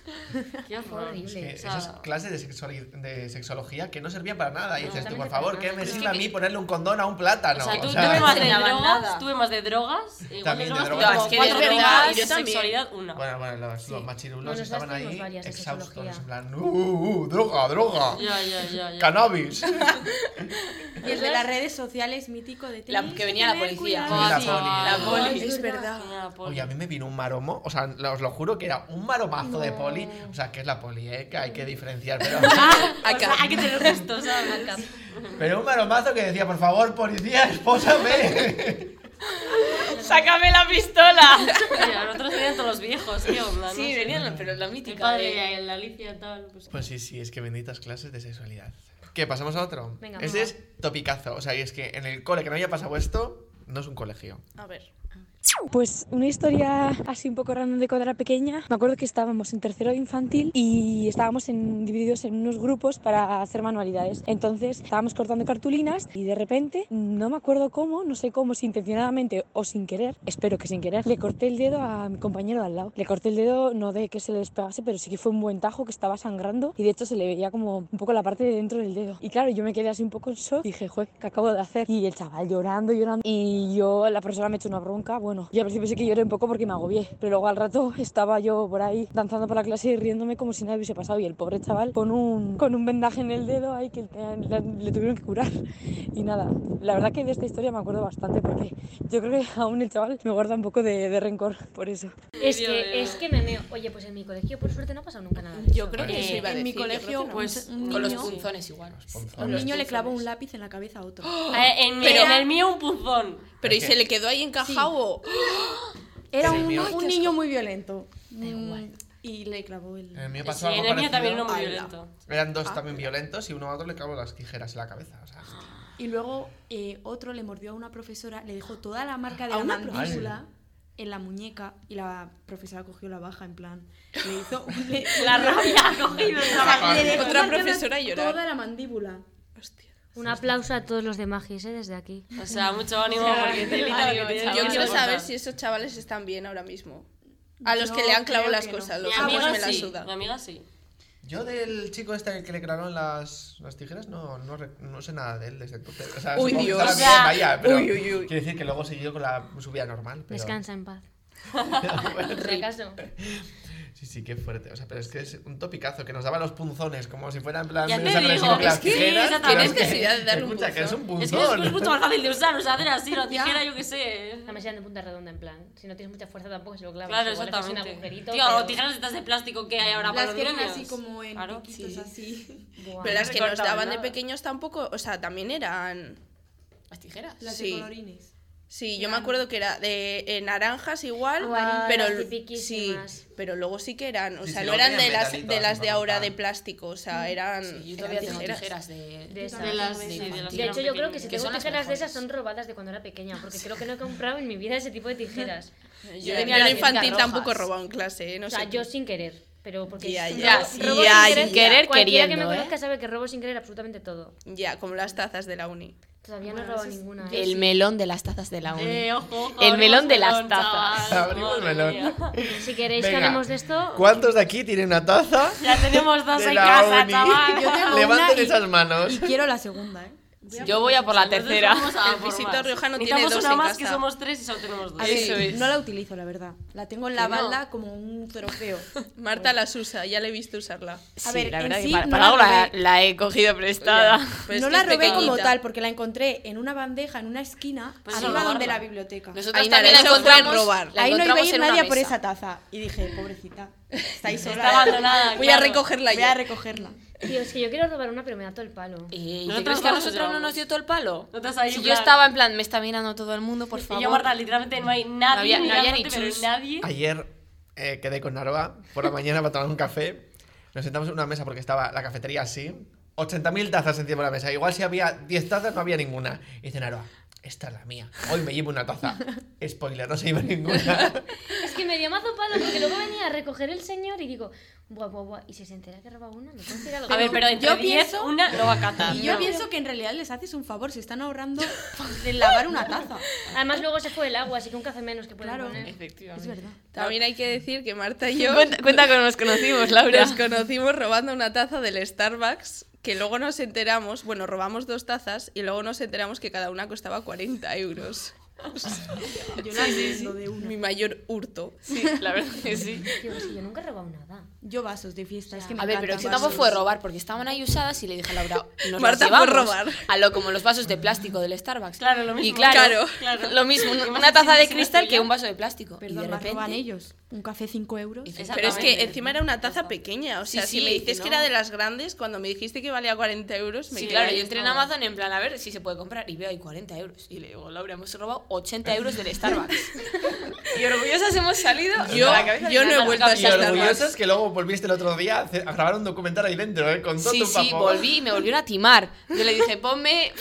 S1: Ah,
S7: Qué horror.
S1: Es que
S8: horrible.
S1: esas clases de, sexuali- de sexología que no servían para nada. Y
S8: No,
S1: dices tú, por
S8: totalmente
S1: favor,
S8: para
S1: ¿qué
S8: nada.
S1: me
S8: Es
S1: sirve a mí ponerle un condón a un plátano?
S7: O sea, tú
S1: O
S7: tuve
S1: sea,
S7: más de
S6: enseñaban
S7: drogas,
S6: nada.
S7: tuve más de drogas, igual
S1: También
S7: de
S1: de
S7: drogas, tuve
S1: drogas.
S7: como
S1: Es que
S6: de
S7: cuatro
S6: verdad,
S7: drogas,
S6: yo también.
S7: sexualidad una.
S1: Bueno, bueno, los, los machirulos
S8: Nosotras
S1: estaban
S8: tuvimos
S1: ahí
S8: varias de
S1: exhaustos,
S8: sexología.
S1: en plan, ¡uh, uh, uh, droga, droga!
S7: Ya, ya, ya, ya.
S8: [LAUGHS]
S1: ¡Cannabis!
S11: Y el de las redes sociales mítico de
S6: La-
S11: tenéis
S6: que venía la
S11: tener
S6: policía.
S11: cuidado.
S1: la
S7: sí.
S1: poli.
S7: La
S11: poli.
S6: Es
S11: Es
S6: verdad.
S11: verdad.
S7: Una poli.
S1: Oye, a mí me vino un maromo, o sea, os lo juro que era un maromazo de poli. O sea, que es la poli, ¿eh? que hay que diferenciar, pero,
S7: O sea, hay que tener gusto, ¿sabes?
S1: pero un maromazo que decía, por favor, policía, espósame. [LAUGHS]
S6: ¡Sácame la pistola!
S7: Mira, nosotros venían todos los viejos, tío. en plan, no
S6: sí,
S7: sé.
S6: venían, la- pero la
S7: Mi
S6: mítica. de-
S7: padre, la Alicia, tal. Pues,
S1: Pues sí, sí, es que benditas clases de sexualidad. ¿Qué? ¿Pasamos a otro?
S8: Venga,
S1: este
S8: va.
S1: es topicazo. O sea, y es que en el cole que no haya pasado esto, no es un colegio.
S10: A ver.
S9: Pues una historia así un poco random de cuando era pequeña. Me acuerdo que estábamos en tercero de infantil y estábamos en- divididos en unos grupos para hacer manualidades. Entonces estábamos cortando cartulinas y de repente, no me acuerdo cómo, no sé cómo, si intencionadamente o sin querer, espero que sin querer, le corté el dedo a mi compañero de al lado. Le corté el dedo no de que se le despegase, pero sí que fue un buen tajo que estaba sangrando y de hecho se le veía como un poco la parte de dentro del dedo. Y claro, yo me quedé así un poco en shock. Dije, joder, ¿qué acabo de hacer? Y el chaval llorando, llorando. Y yo, la profesora me echó una bronca. Bueno, yo al principio sí que lloré un poco porque me agobié. Pero luego al rato [LAUGHS] estaba yo por ahí danzando por la clase y riéndome como si nada hubiese pasado. Y el pobre chaval con un, con un vendaje en el dedo ahí que eh, le, le tuvieron que curar. Y nada, la verdad que de esta historia me acuerdo bastante porque yo creo que aún el chaval me guarda un poco de- de rencor por eso.
S8: Es
S7: Dios
S8: que,
S7: mío.
S8: es que me meo. Oye, pues en mi colegio, por suerte, no ha pasado nunca nada. de
S10: Yo
S8: eso.
S10: creo que
S8: Eh,
S10: eso iba a
S11: en mi
S10: decir, yo creo que
S11: colegio,
S10: no.
S11: pues un
S6: Con los
S11: niño,
S6: punzones igual.
S11: un niño le clavó un lápiz en la cabeza a otro.
S6: ¡Oh!
S7: Ah, en, mi-
S10: Pero-
S7: en el mío un puzón.
S10: Pero ¿y
S1: Es
S10: se le quedó ahí encajado?
S11: [GASPS] Era
S1: Sí,
S11: un,
S1: mío.
S11: un niño muy violento. Mm, Y le clavó
S1: En el
S11: el...
S1: mío
S7: Sí,
S1: pasó
S7: en
S1: algo
S7: el mío también era
S1: parecido.
S7: muy
S10: Ala.
S7: violento.
S1: Eran dos también violentos y uno a otro le clavó las tijeras en la cabeza. O sea,
S7: Ah.
S11: Y luego eh, otro le mordió a una profesora, le dejó toda la marca de
S10: ¿A
S11: la
S10: una
S11: mandíbula en la muñeca y la profesora cogió la baja en plan. Le hizo... le-
S7: La rabia ha
S6: [LAUGHS]
S7: cogido esa
S11: le
S7: vaca.
S11: dejó
S10: Otra
S11: marcada
S10: profesora llorar.
S11: Toda la mandíbula.
S10: Hostia.
S8: Un aplauso a todos los de Magis, ¿eh? Desde aquí.
S7: O sea, mucho ánimo porque
S6: [LAUGHS]
S7: te lo que
S10: Yo quiero saber si esos chavales están bien ahora mismo. A los que
S11: Yo
S10: le han clavado
S11: creo
S10: las
S11: que no.
S10: cosas,
S7: Mi
S10: los demás
S7: amiga
S10: me la
S7: sí,
S10: suda.
S7: mi amiga sí.
S1: Yo del chico este al que le clavaron las, las tijeras no, no, re- no sé nada de él desde entonces. O sea,
S10: Uy,
S1: supongo que
S10: Dios.
S1: estaba
S10: O
S1: bien,
S10: sea,
S1: vaya, pero
S10: uy, uy, uy.
S1: Quiere decir que luego siguió con la, su vida normal. Pero... [LAUGHS]
S8: Descansa en paz.
S14: ¿Acaso?
S1: Sí, sí, qué fuerte. O sea, pero es que es un topicazo que nos daba los punzones, como si fueran en plan.
S7: Ya te
S1: menos agresivo
S7: digo,
S1: que las
S7: es que sí,
S1: tijeras,
S7: esa
S1: pero es
S7: tiene
S1: que-
S7: necesidad de darle un
S1: [LAUGHS] Escucha, que es un
S7: punzón.
S1: punzón.
S7: Es que es
S1: [LAUGHS]
S7: mucho más fácil de usar, o sea, hacer así, la tijera, yo qué sé.
S14: La mesera de punta redonda, en plan. Si no tienes mucha fuerza tampoco se lo clavas.
S7: Claro,
S14: Igual haces un
S7: exactamente.
S14: agujerito,
S7: Tío,
S14: pero-
S7: tijeras estas de plástico que hay ahora para los
S11: Las que eran
S7: niños.
S11: así como en
S7: Claro,
S11: piquitos
S7: sí.
S11: así.
S10: Pero las que nos
S7: recortaban
S10: daban de
S7: nada.
S10: pequeños tampoco, o sea, también eran...
S7: Las tijeras.
S11: Las de
S10: Sí.
S11: colorines.
S10: Sí, yo me acuerdo que era de eh, naranjas igual,
S14: Guau,
S10: pero
S14: las
S10: l-
S14: tipiquísimas.
S10: sí, pero luego sí que eran, o
S1: Sí,
S10: sea,
S1: sí,
S10: no
S1: luego
S10: eran de
S1: tenían
S10: las
S1: metalitos
S10: de las de
S1: así,
S10: ahora
S1: pam,
S10: de
S1: pam.
S10: plástico, o sea, eran,
S6: Sí, yo
S10: eran
S6: todavía tengo tijeras de,
S14: De esas.
S11: De las-
S6: de
S11: sí, de las
S6: infantil.
S14: De hecho, yo creo que si
S6: Que
S14: tengo
S6: son las
S14: tijeras de
S6: mejores.
S14: esas son robadas de cuando era pequeña, porque creo que no he comprado en mi vida ese tipo de tijeras.
S10: Yo,
S6: Yo
S10: en
S6: tenía las
S10: infantil
S6: tijeras
S10: tampoco
S6: rojas.
S10: robaba en clase, eh, no
S14: o sea,
S10: sé.
S14: yo sin querer, pero porque
S10: Ya,
S14: robo-
S10: ya,
S14: robo
S10: sí,
S14: sin
S10: ya,
S14: querer,
S10: sin querer,
S14: cualquiera que me
S6: queriendo, ¿eh?
S14: conozca sabe que robo sin querer absolutamente todo.
S10: Ya, como las tazas de la uni.
S14: Todavía no
S11: Bueno,
S14: he robado
S11: eso es-
S14: ninguna. ¿eh?
S6: El melón de las tazas de la uni.
S7: Eh, ojo, ojo,
S6: El melón
S7: abrimos
S6: de las
S7: melón,
S6: tazas.
S7: chaval,
S1: Abrimos
S7: madre
S1: melón.
S7: mía.
S14: Si queréis que
S1: Venga.
S14: hablemos de esto,
S1: ¿Cuántos de aquí tienen una taza?
S7: Ya tenemos dos
S1: de
S7: en
S1: la
S7: casa,
S1: uni?
S7: chaval.
S11: [LAUGHS] Yo tengo
S1: Levanten
S11: una y-
S1: esas manos.
S11: Y quiero la segunda, ¿eh?
S6: Yo voy a por la
S7: Nosotros
S6: tercera.
S7: vamos a
S10: El
S7: por
S10: pisito
S7: más.
S10: riojano tiene
S7: Necesitamos
S10: dos
S7: una
S10: en
S7: más
S10: casa.
S7: que somos tres y solo tenemos
S11: A
S7: dos.
S11: ver,
S10: Eso es.
S11: no la utilizo, la verdad. La tengo en la
S6: Que no.
S11: balda como un trofeo.
S10: Marta las usa, ya le he visto usarla.
S11: A
S6: Sí,
S11: ver,
S6: la
S11: en
S6: verdad que
S11: sí
S6: para,
S11: no
S6: para
S11: la
S6: algo la,
S11: robé.
S6: la he cogido prestada.
S10: Pero es
S11: no
S10: pues que
S11: la
S10: es
S11: robé como
S10: pequeñita.
S11: tal, porque la encontré en una bandeja, en una esquina,
S7: Pues
S11: arriba
S7: robarla.
S11: donde la biblioteca.
S6: Nosotros
S10: Ahí
S6: también la
S10: nada, eso fue
S6: encontramos.
S10: robar.
S6: la
S11: Ahí no iba a
S6: encontramos
S11: ir
S6: en una
S11: nadie a por
S6: mesa.
S11: esa taza. Y dije, pobrecita,
S6: [LAUGHS]
S11: está ahí sola.
S7: Está abandonada,
S10: Voy
S7: claro.
S10: a recogerla
S11: Voy a
S10: ya.
S11: recogerla.
S14: tío, es que yo quiero robar una, pero me da todo el palo.
S6: Eh, ¿y
S7: Nosotros
S6: ¿Tú crees que a
S7: vamos,
S6: nosotros no
S7: vamos.
S6: nos dio todo el palo?
S7: Nosotros ahí,
S6: Si
S7: en
S6: yo
S7: plan-
S6: estaba en plan, me está mirando todo el mundo, por
S7: Y
S6: favor.
S7: yo, Marta, literalmente no hay nadie.
S6: No había- no había
S7: mirándote,
S6: ni
S7: pero
S6: chus.
S7: nadie.
S1: Ayer eh, quedé con Narva por la mañana para tomar un café. Nos sentamos en una mesa porque estaba la cafetería así. 80.000 tazas encima de la mesa. Igual si había 10 tazas, no había ninguna. Y dice Narva, esta es la mía. Hoy me llevo
S10: [LAUGHS]
S1: una taza. Spoiler, no se lleva ninguna.
S14: Es que me dio mazo palo porque luego venía a recoger el señor y digo, buah, buah, buah. Y si se entera que roba una, me puedo tirar algo.
S7: A ver, pero entre
S11: yo
S7: 10,
S11: pienso-
S7: una no va a
S6: Ah,
S7: catar.
S11: Y yo
S7: no.
S11: pienso que en realidad les haces un favor, se
S6: [LAUGHS]
S11: están ahorrando de lavar una taza.
S14: Además, luego se fue el agua, así que un café menos que puedo
S11: Claro.
S14: poner.
S11: Es verdad.
S10: También hay que decir que Marta y
S6: [LAUGHS]
S10: yo
S6: Cuenta, cuenta cómo nos conocimos, Laura. [LAUGHS]
S10: nos conocimos robando una taza del Starbucks que luego nos enteramos, bueno, robamos dos tazas y luego nos enteramos que cada una costaba 40
S6: [LAUGHS]
S10: euros.
S11: Yo la vendo de una.
S10: Mi mayor hurto.
S6: Sí, la verdad que sí.
S14: Tío, es que yo nunca he robado nada.
S11: Yo vasos de fiesta, es que me
S6: A ver, pero eso
S11: encantan
S6: tampoco
S11: vasos.
S6: fue robar, porque estaban ahí usadas y le dije a Laura, nos
S10: Marta,
S6: las
S10: fue
S6: llevamos
S10: robar.
S6: a lo como los vasos de plástico del Starbucks.
S7: Claro, lo mismo.
S6: Y claro,
S10: Claro,
S7: claro.
S6: lo mismo,
S7: ¿Qué
S6: una
S7: más
S6: taza
S7: exiges si no
S6: de
S7: es
S6: cristal que
S7: tuya?
S6: un vaso de plástico. y de
S11: Perdón, más
S6: repente...
S11: roban ellos. Un café 5 euros.
S10: Pero es que
S7: Exactamente.
S10: encima era una taza pequeña, o sea,
S6: Sí,
S10: si me
S6: sí,
S10: dices
S6: no.
S10: que era de las grandes, cuando me dijiste que valía 40 euros, me
S6: Sí,
S10: quedé
S6: claro,
S10: ahí.
S6: yo entré en Amazon en plan a ver si se puede comprar y veo ahí 40 euros. Y le digo, Laura, hemos robado 80 euros del Starbucks. y orgullosas hemos salido.
S10: Yo-
S6: con la cabeza
S10: yo no he
S6: llena de
S10: vuelto a
S1: y
S6: marca.
S10: esas
S1: orgullosas que luego volviste el otro día a, hacer- a grabar un documental ahí dentro, ¿eh? Con todo
S6: Sí,
S1: tu
S6: sí,
S1: papo.
S6: volví y me volvieron a timar. Yo le dije, ponme,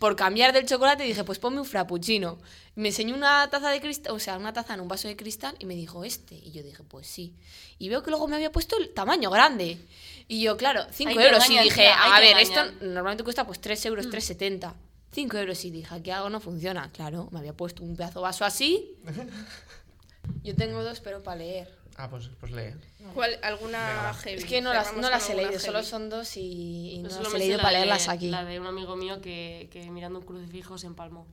S6: por cambiar del chocolate, dije, pues ponme un frappuccino. Y Me enseñó una taza de cristal, o sea, una taza en un vaso de cristal y me dijo, este. Y yo dije, pues sí. Y veo que luego me había puesto el tamaño grande. Y yo, claro, 5
S7: te
S6: euros. Y
S7: engañan,
S6: dije,
S7: tía, ahí
S6: a
S7: te
S6: ver, esto
S7: engañan. Mm.
S6: normalmente cuesta pues 3 euros, 3,70. 5 euros. Y dije, aquí algo no funciona. Claro, me había puesto un pedazo de
S7: [LAUGHS]
S6: vaso así. Yo tengo dos, pero para leer.
S1: Ah, pues, pues lee.
S10: ¿Cuál, ¿Alguna
S1: Venga, va.
S10: heavy?
S6: Es que no las,
S10: Cerramos
S6: no
S10: con
S6: las he
S10: alguna
S6: leído, solo
S10: heavy.
S6: son dos y, y
S7: Yo
S6: no las
S7: solo
S6: he
S7: me
S6: leído
S7: sé
S6: para
S7: la de-
S6: leerlas aquí.
S7: La de un amigo mío que, que mirando un crucifijo se empalmó.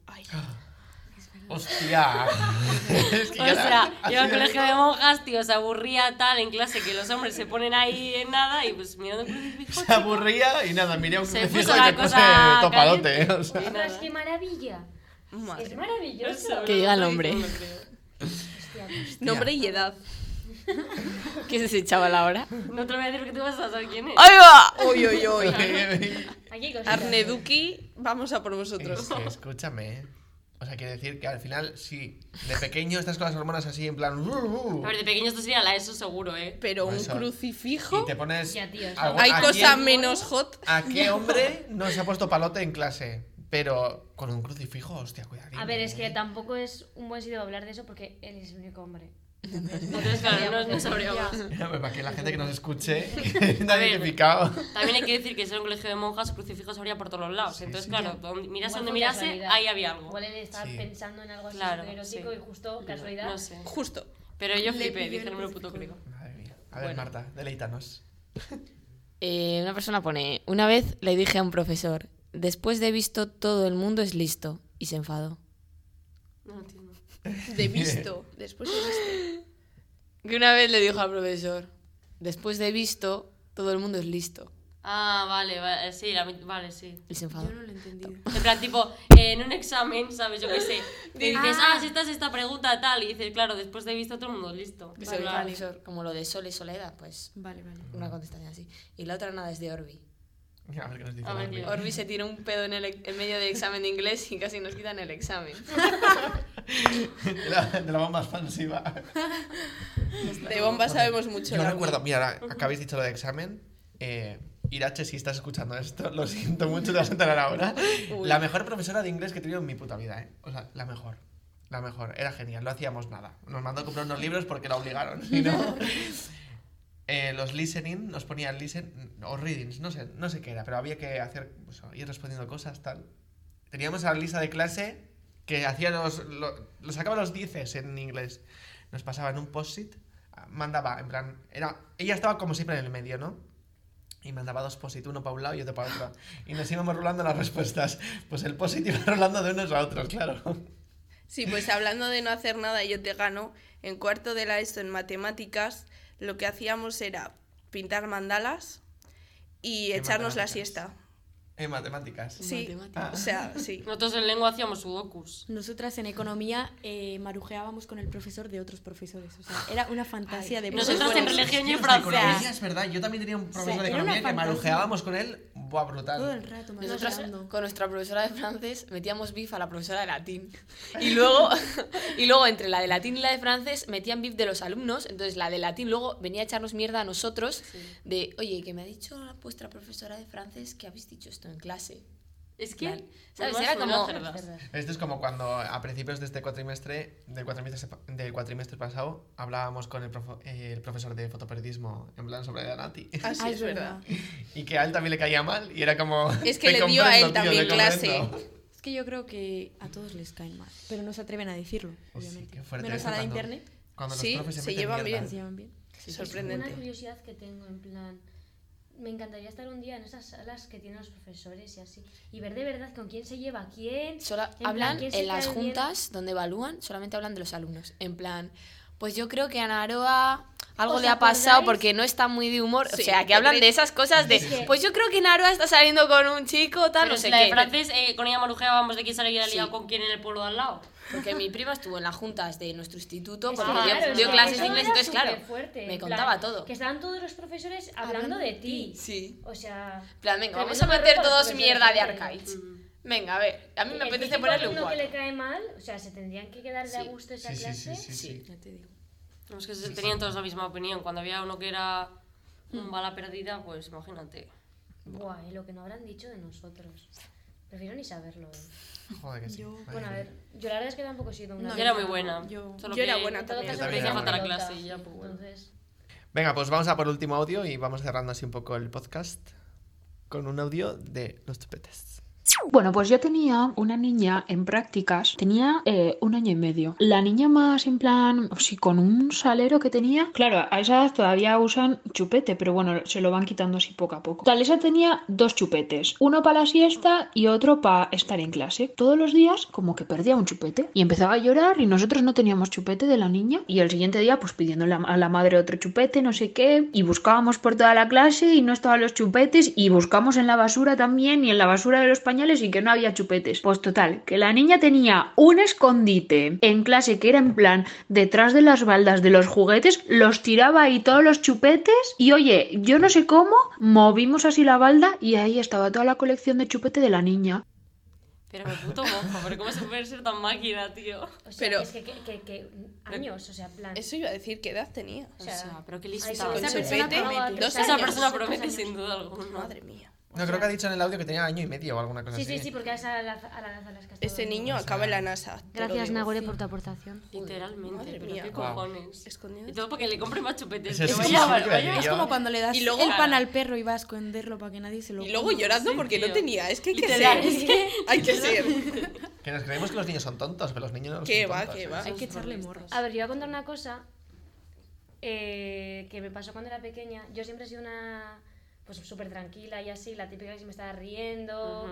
S1: Hostia. [LAUGHS] es que
S7: O
S1: ya
S7: sea, [LAUGHS]
S1: la- [LAUGHS]
S7: yo al colegio de monjas, tío, se aburría tal en clase que los hombres se ponen ahí en nada y pues mirando un crucifijo.
S1: se aburría y nada, miré a un
S7: Se
S1: crucifijo
S7: puso
S1: y
S7: la
S1: me puse
S7: cosa
S1: topadote.
S7: caliente.
S1: o sea.
S7: Nada.
S14: Ostras, qué maravilla. Es
S10: Madre.
S14: maravilloso.
S6: Que diga el nombre.
S14: Hostia,
S10: Nombre y edad.
S6: ¿Qué es ese chaval ahora?
S7: No te lo voy a decir porque tú vas a saber quién es.
S6: ¡Ahí va!
S10: Uy, uy, uy.
S14: aquí hay cositas.
S10: [LAUGHS] Arneduki, vamos a por
S1: Es
S10: vosotros.
S1: que, escúchame. ¿eh? O sea, quiere decir que al final, sí, de pequeño estás con las hormonas así en plan. "Uh, uh",
S7: A ver, de pequeño esto sería la ESO seguro, ¿eh?
S10: Pero un
S1: Eso.
S10: crucifijo.
S1: y te pones.
S14: Ya, tío,
S1: algo-
S10: Hay
S1: ¿a
S10: cosa
S1: quién-
S10: menos hot.
S1: ¿A qué hombre no se ha puesto palote en clase? Pero con un crucifijo, hostia, ¿eh? cuidadito.
S14: A ver, es
S1: [LAUGHS]
S14: que tampoco es un buen sitio de hablar de eso porque él es el único hombre.
S7: Entonces, claro, no, no sabría más.
S1: Para que la gente que nos escuche,
S7: [LAUGHS] A
S1: nadie
S7: ver.
S1: identificado.
S7: También hay que decir que si era un colegio de monjas, crucifijos habría por todos los lados. Entonces, claro, donde, mirase
S14: Igual
S7: donde
S14: fue
S7: mirase,
S14: casualidad.
S7: ahí había algo.
S14: Igual él estaba
S1: Sí.
S14: pensando en algo así
S7: Claro,
S14: súper erótico
S7: sí.
S14: y justo casualidad.
S7: No sé.
S10: Justo.
S7: Pero yo flipé,
S11: pidió
S7: dije,
S11: el
S7: no me lo puto creo.
S1: Madre mía. A ver, Marta, deleítanos.
S6: Eh, una persona pone, una vez le dije a un profesor, después de visto todo el mundo es listo, y se enfadó.
S7: No lo entiendo.
S10: De visto. Después de visto.
S6: Que una vez le dijo al profesor, después de visto todo el mundo es listo,
S7: Ah, vale, vale, sí, la mit- vale, sí.
S6: y se enfadó.
S11: no lo he entendido.
S7: En plan, tipo, eh, en un examen, ¿sabes? Yo qué [LAUGHS] sé. Te dices, ah, si esta es esta pregunta, tal. Y dices, claro, después de visto todo el mundo, listo.
S6: Y se
S7: Vale,
S6: lo dijo al
S7: vale.
S6: profesor, como lo de Sol y Soledad, pues
S11: Vale, vale.
S6: una contestación así. Y la otra nada es de Orbi.
S1: A ver qué nos dice.
S7: A ver,
S1: Barbie.
S7: tío.
S6: Orbi se tira un pedo en, el, ex- en medio del examen de inglés y casi nos quitan el examen.
S1: [LAUGHS] De la, de la bomba expansiva.
S10: De bombas sabemos mucho.
S1: Yo
S10: la
S1: recuerdo, mira, ahora que habéis dicho lo de examen, eh, Irache, si estás escuchando esto, lo siento mucho, te vas a enterar ahora.
S10: Uy.
S1: La mejor profesora de inglés que he tenido en mi puta vida, ¿eh? O sea, la mejor. La mejor. Era genial, no hacíamos nada. Nos mandó a comprar unos libros porque la obligaron,
S10: [LAUGHS]
S1: si no. [LAUGHS] Eh, los listening nos ponían listen o readings, no sé, no sé qué era, pero había que hacer, pues, ir respondiendo cosas, tal. Teníamos a la lista de clase que hacía los, lo, lo sacaba los dieces en inglés. Nos pasaba en un post-it, ah, mandaba, en plan, era, ella estaba como siempre en el medio, ¿no? Y mandaba dos post-it, uno para un lado y otro para otro. Y nos íbamos rolando las respuestas. Pues el post-it iba rolando de unos a otros, claro.
S10: Sí, pues hablando de no hacer nada, yo te gano. En cuarto de la ESO en matemáticas, lo que hacíamos era pintar mandalas y
S1: ¿Qué
S10: echarnos la
S1: matemáticas?
S10: siesta.
S1: En matemáticas.
S10: Sí,
S1: Ah.
S10: o sea,
S7: [LAUGHS]
S10: sí.
S7: Nosotros en lengua hacíamos sudokus.
S11: Nosotras en economía eh, marujeábamos con el profesor de otros profesores. O sea, era una fantasía de
S7: Nosotras en
S11: profesores.
S7: religión y en
S1: Los de economía,
S7: francés.
S1: es verdad. Yo también tenía un profesor
S11: sea,
S1: de
S11: era una
S1: economía que
S11: fantasía.
S1: marujeábamos con él. Buah, brutal.
S11: Todo el rato
S6: Nosotras
S11: marujeando.
S6: con nuestra profesora de francés metíamos bif a la profesora de latín. Y luego, [LAUGHS] y luego entre la de latín y la de francés metían bif de los alumnos. Entonces la de latín luego venía a echarnos mierda a nosotros de, oye, que me ha dicho la- vuestra profesora de francés que habéis dicho esto en clase.
S7: Es que.
S6: Claro. ¿Sabes?
S7: no
S6: Era
S7: suena
S6: como-
S7: cerdas.
S1: Esto es como cuando a principios de este cuatrimestre, del cuatrimestre, sepa- del cuatrimestre pasado, hablábamos con el, profo- eh, el profesor de fotoperiodismo, en plan sobre la Nati.
S10: Así
S11: Ah,
S10: es verdad.
S1: Y que a él también le caía mal y era como...
S10: [LAUGHS] Es que
S1: "Te
S10: le dio a él
S1: comprendo, tío, te
S10: también clase".
S1: comprendo".
S11: Es que yo creo que a todos les caen mal, pero no se atreven a decirlo,
S1: Pues sí,
S11: obviamente.
S1: qué fuerte
S11: Menos
S1: eso
S11: a la de
S1: cuando-
S11: internet,
S1: Cuando los
S10: Sí,
S1: profes se,
S10: se
S1: meten
S10: llevan
S1: mierda.
S11: se llevan bien.
S10: Sorprendente.
S8: Una curiosidad que tengo, en plan, me encantaría estar un día en esas salas que tienen los profesores y así, y ver de verdad con quién se lleva quién.
S6: Solo
S8: plan,
S6: hablan
S8: ¿quién se
S6: en las
S8: cae bien?
S6: juntas donde evalúan, solamente hablan de los alumnos. En plan, pues yo creo que a Naroa algo
S8: ¿Os
S6: le ha pasado
S8: acordáis?
S6: porque no está muy de humor.
S10: Sí,
S6: o sea, que
S10: te
S6: hablan
S10: crees-
S6: de esas cosas de,
S8: Es que-
S6: pues yo creo que Naroa está saliendo con un chico, tal,
S7: Pero
S6: no sé
S7: la
S6: qué.
S7: de francés, eh, con ella marujeábamos de quién se había liado
S6: Sí.
S7: con quién en el pueblo de al lado.
S6: Porque mi prima estuvo en las juntas de nuestro instituto
S8: Es
S6: porque
S8: que,
S6: dio-
S8: claro, es
S6: dio
S8: que
S6: clases
S8: eso
S6: de inglés,
S8: era
S6: entonces, claro,
S8: superfuerte,
S6: me
S8: en
S6: contaba
S8: plan,
S6: todo.
S8: Que estaban todos los profesores hablando,
S11: Hablando
S8: de
S11: de
S8: ti.
S6: Sí.
S8: O sea.
S6: En plan, venga,
S8: pero
S6: vamos
S8: eso
S6: a
S8: me
S6: meter
S8: refiero a los
S6: todos
S8: profesores
S6: mierda de
S8: de
S6: arcades.
S7: Mm.
S6: Venga, a ver, a mí me
S8: El
S6: apetece
S8: típico
S6: ponerle un
S8: alumno que le
S6: cuatro.
S8: cae mal, o sea, se tendrían que quedar de a
S6: Sí.
S8: gusto esa
S1: Sí, sí,
S8: clase.
S1: sí, sí, sí.
S11: ya te digo.
S7: No, es que se tenían todos la misma opinión. Cuando había uno que era un bala perdida, pues imagínate.
S8: Buah, y lo que no habrán dicho de nosotros. Prefiero ni saberlo. ¿eh?
S1: Joder, que sí.
S11: Yo-
S1: Madre
S8: Bueno, a
S1: mía.
S8: ver, yo la verdad es que tampoco he sido una.
S11: No,
S7: yo era muy buena.
S11: yo-
S7: Solo
S10: yo era
S7: que
S10: buena
S8: En todo
S10: también.
S8: caso,
S1: Yo también
S8: tenía
S1: era
S8: falta
S1: buena.
S8: la
S7: Clase
S8: clase
S7: y ya, pues, bueno.
S8: Entonces,
S1: Venga, pues vamos a por el último audio y vamos cerrando así un poco el podcast con un audio de los tupetes.
S15: Bueno, pues yo tenía una niña en prácticas, tenía eh, un año y medio. La niña más en plan, sí, con un salero que tenía, claro, a esa edad todavía usan chupete, pero bueno, se lo van quitando así poco a poco. Tal, esa tenía dos chupetes, uno para la siesta y otro para estar en clase. Todos los días como que perdía un chupete y empezaba a llorar y nosotros no teníamos chupete de la niña y el siguiente día pues pidiéndole a- a la madre otro chupete, no sé qué, y buscábamos por toda la clase y no estaban los chupetes y buscamos en la basura también y en la basura de los pañales y que no había chupetes. Pues total, que la niña tenía un escondite en clase que era en plan detrás de las baldas de los juguetes, los tiraba ahí todos los chupetes y oye, yo no sé cómo, movimos así la balda y ahí estaba toda la colección de chupete de la niña.
S7: Pero me puto mojo, pero ¿cómo se puede ser tan máquina, tío?
S8: o sea,
S10: Pero-
S8: es que, que, que- que años, o sea, en plan.
S10: Eso iba a decir, ¿qué edad tenía?
S7: O sea, pero qué lista.
S8: ahí se-
S7: Esa,
S10: Con
S8: persona
S10: chupete,
S8: probaba tres
S10: dos
S7: persona,
S10: años.
S7: promete sin duda alguna.
S10: Madre mía.
S1: No, creo que ha dicho en el audio que tenía año y medio o alguna cosa
S8: Sí,
S1: así.
S8: sí, sí, porque a esa- a la a la edad a las que has
S10: Ese
S8: estado,
S10: niño
S1: O sea,
S10: acaba en la NASA. te lo
S14: Gracias,
S10: digo.
S14: Nagore, por tu aportación.
S7: Literalmente,
S10: Madre
S7: pero
S10: mía.
S7: qué
S1: Guau.
S7: cojones.
S10: Escondido.
S7: Y todo porque le compre más chupetes.
S1: Eso
S7: que
S1: sí,
S7: vaya,
S1: sí,
S7: vaya.
S1: que vaya.
S11: Es
S1: yo-
S11: como cuando le das
S10: Y luego-
S11: el pan al perro y va a esconderlo para que nadie se lo
S10: Y luego
S11: coma.
S10: llorando
S7: Sí,
S10: porque no
S7: tío.
S10: tenía. Es que hay que
S7: Literal,
S10: ser.
S7: es que-
S10: Hay que ser.
S1: Que nos creemos que los niños son tontos, pero los niños no lo
S10: Qué
S1: son
S10: va,
S1: tontos,
S10: qué
S1: ¿eh? [LAUGHS]
S10: va.
S11: Hay que echarle morros.
S8: A ver, yo voy a contar una cosa eh, que me pasó cuando era pequeña. Yo siempre he sido una, pues súper tranquila y así, la típica que se me estaba riendo.